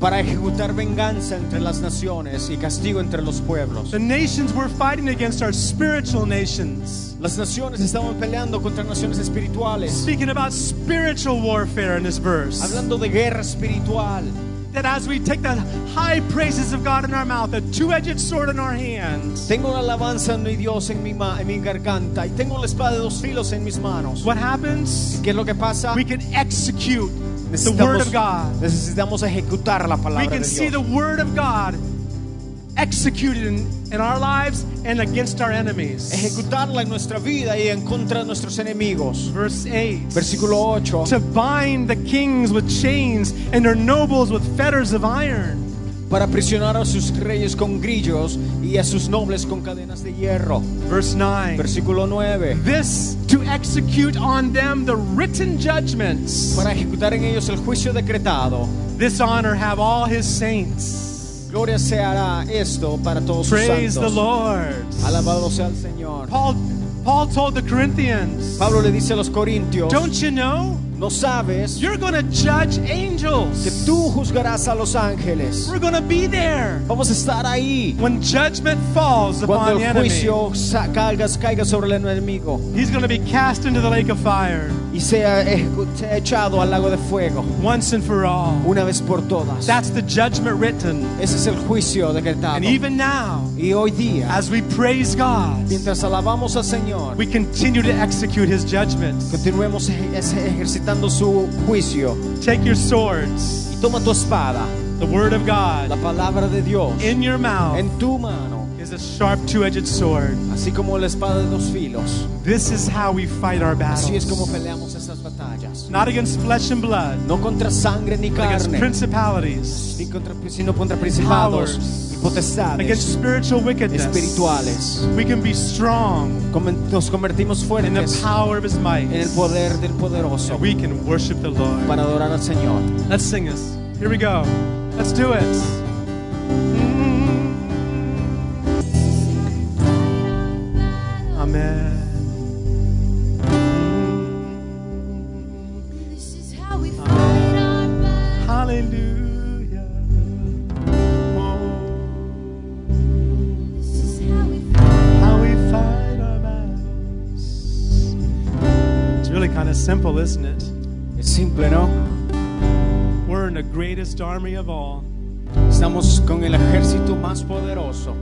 B: Para ejecutar venganza entre las naciones y castigo entre los pueblos.
A: The nations we're fighting against are spiritual nations.
B: Las naciones estaban peleando contra naciones espirituales.
A: Speaking about spiritual warfare in this verse,
B: Hablando de guerra espiritual.
A: that as we take the high praises of God in our mouth, a two edged sword in our hands,
B: Tengo una alabanza en mi Dios en mi, ma- en mi garganta y tengo la espada de dos filos en mis manos.
A: what happens?
B: ¿Qué es lo que pasa?
A: We can execute the Word
B: Necesitamos,
A: of God.
B: necesitamos ejecutar la
A: We
B: palabra de
A: can see the
B: Dios.
A: Word of God executed in, in our lives and against our enemies.
B: Ejecutarla en nuestra vida y en contra de nuestros enemigos.
A: Verse 8.
B: Versículo 8.
A: to bind the kings with chains and their nobles with fetters of iron.
B: Para aprisionar a sus reyes con grillos y a sus nobles con cadenas de hierro.
A: Verse 9.
B: Versículo 9.
A: This to execute on them the written judgments.
B: Para ejecutar en ellos el juicio decretado.
A: This honor have all his saints.
B: Gloria se hará esto para todos
A: Praise
B: sus
A: the
B: santos.
A: Lord.
B: Alabado sea el Señor.
A: Paul, Paul told the Corinthians,
B: Pablo le dice a los corintios,
A: Don't you know
B: No sabes
A: You're going to judge
B: que
A: angels.
B: tú juzgarás a los ángeles.
A: We're going to be there.
B: Vamos a estar ahí.
A: When judgment falls upon
B: Cuando
A: the
B: el
A: enemy,
B: juicio sa- caiga, caiga sobre el enemigo
A: he's going to be cast into the lake of fire
B: y sea ejecu- sea echado al lago de fuego
A: once and for all.
B: una vez por todas.
A: That's the judgment written.
B: Ese es el juicio decretado.
A: And even now,
B: Y hoy día,
A: as we praise God,
B: mientras alabamos al Señor,
A: we continue to execute his judgments.
B: continuemos ej- ej- ejercitando su juicio.
A: Take your swords,
B: Y toma tu espada,
A: the word of
B: la
A: God,
B: palabra de Dios,
A: in your mouth
B: en tu mano,
A: is a sharp two edged sword.
B: así como la espada de dos filos.
A: This is how we fight our
B: Así es como
A: battles.
B: peleamos estas batallas.
A: Not against flesh and blood,
B: No contra sangre ni
A: but against
B: carne,
A: principalities,
B: ni contra, sino contra principados
A: powers,
B: y potestades
A: against spiritual wickedness.
B: espirituales.
A: We can be strong
B: Comen- Nos convertimos
A: in the
B: fuertes
A: power of his might.
B: en el poder del
A: So
B: poderoso
A: we can worship the Lord.
B: para adorar al Señor.
A: Let's sing this. Here we go. Let's do it. Mm. Amen.
C: This is how we fight our battles.
A: Hallelujah. Oh,
C: This is how we fight.
A: how we fight our battles. It's really kind of simple, isn't it?
B: Es simple, ¿no?
A: We're in the greatest army of all.
B: Estamos con el ejército más poderoso,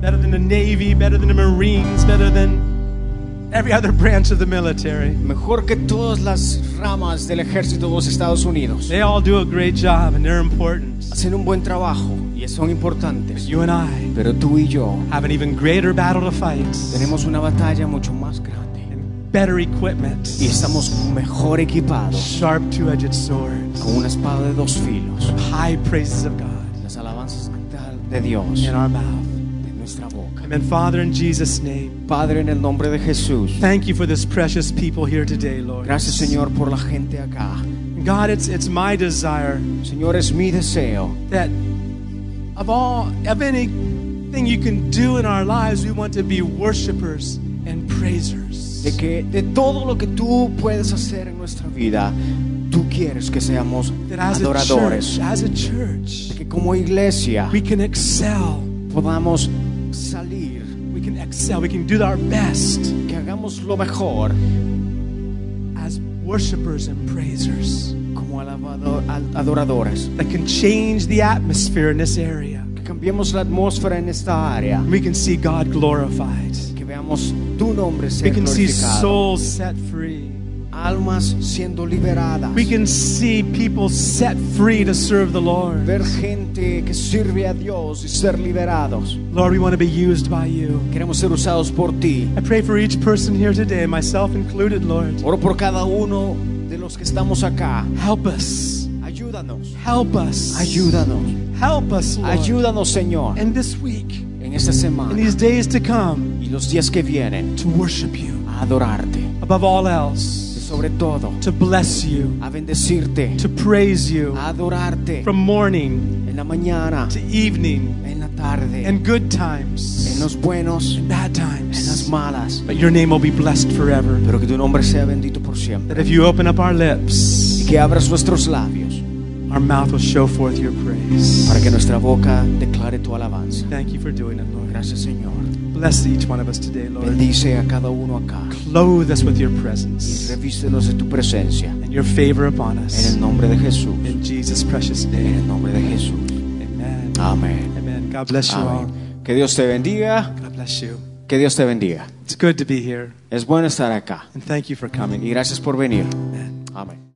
A: Better than the Navy, better than the Marines, better than every other branch of the military.
B: mejor que todas las ramas del ejército de los Estados Unidos.
A: They all do a great job and they're important.
B: Hacen un buen trabajo y son importantes.
A: You and I
B: Pero tú y yo
A: have an even greater battle to fight
B: tenemos una batalla mucho más grande
A: and better equipment.
B: y estamos mejor equipados
A: Sharp two edged swords,
B: con una espada de dos filos,
A: high praises of God
B: las alabanzas de Dios
A: in our mouth.
B: de nuestra boca.
A: Amen. Father, in Jesus' name,
B: Padre, en el nombre de Jesús,
A: thank you for this precious people here today, Lord.
B: gracias Señor por la gente acá.
A: God, it's, it's my desire
B: Señor, es mi deseo
A: that of all, of anything you can do in our lives, we want to be worshipers and
B: de
A: praisers.
B: que de todo lo que tú puedes hacer en nuestra vida, tú quieres que seamos
A: That as a church,
B: adoradores.
A: as a church,
B: Que como iglesia
A: we can excel.
B: podamos salir,
A: We can excel. We can do our best.
B: que hagamos lo mejor
A: as worshipers and praisers
B: como alabado- al- adoradores.
A: that can change the atmosphere in this area.
B: Que cambiemos la atmósfera en esta área.
A: We can see God glorified.
B: Que veamos tu nombre
A: We
B: ser
A: can see
B: glorificado.
A: souls set free.
B: Almas siendo liberadas.
A: We can see people set free to serve the Lord.
B: Ver gente que sirve a Dios y ser liberados.
A: Lord, we want to be used by you.
B: Queremos ser usados por ti.
A: I pray for each person here today, myself included, Lord.
B: Oro por cada uno de los que estamos acá.
A: Help us.
B: Ayúdanos.
A: Help us.
B: Ayúdanos.
A: Help us, Lord.
B: Ayúdanos, Señor,
A: And this week,
B: en esta
A: in
B: semana
A: these days to come,
B: y los días que vienen
A: to worship you
B: a adorarte.
A: above all
B: Y
A: else,
B: sobre todo,
A: to bless you,
B: a bendecirte,
A: to praise you.
B: a adorarte
A: from morning
B: en la mañana,
A: to evening
B: en la tarde,
A: and good
B: en
A: times
B: los buenos,
A: and bad
B: en las
A: times.
B: malas.
A: But your name will be blessed forever.
B: Pero que tu nombre sea bendito por siempre.
A: That if you open up our
B: Y
A: lips,
B: que abras nuestros labios
A: our mouth will show forth your praise.
B: para que nuestra boca declare tu alabanza.
A: Thank you for doing it, Lord.
B: Gracias, Señor.
A: Bless each one of us today, Lord.
B: Bendice a cada uno acá.
A: Clothe us with your
B: Y
A: presence
B: revístenos de tu presencia.
A: and your favor upon
B: En
A: us.
B: el nombre de Jesús.
A: In Jesus' precious
B: En el
A: name.
B: nombre de Jesús.
A: Amen.
B: Amén.
A: Amen. God bless you all.
B: Amén. Que Dios te bendiga,
A: God bless you.
B: que Dios te bendiga.
A: It's good to be here.
B: Es bueno estar acá
A: And thank you for
B: y
A: coming.
B: gracias por venir.
A: Amen.
B: Amén.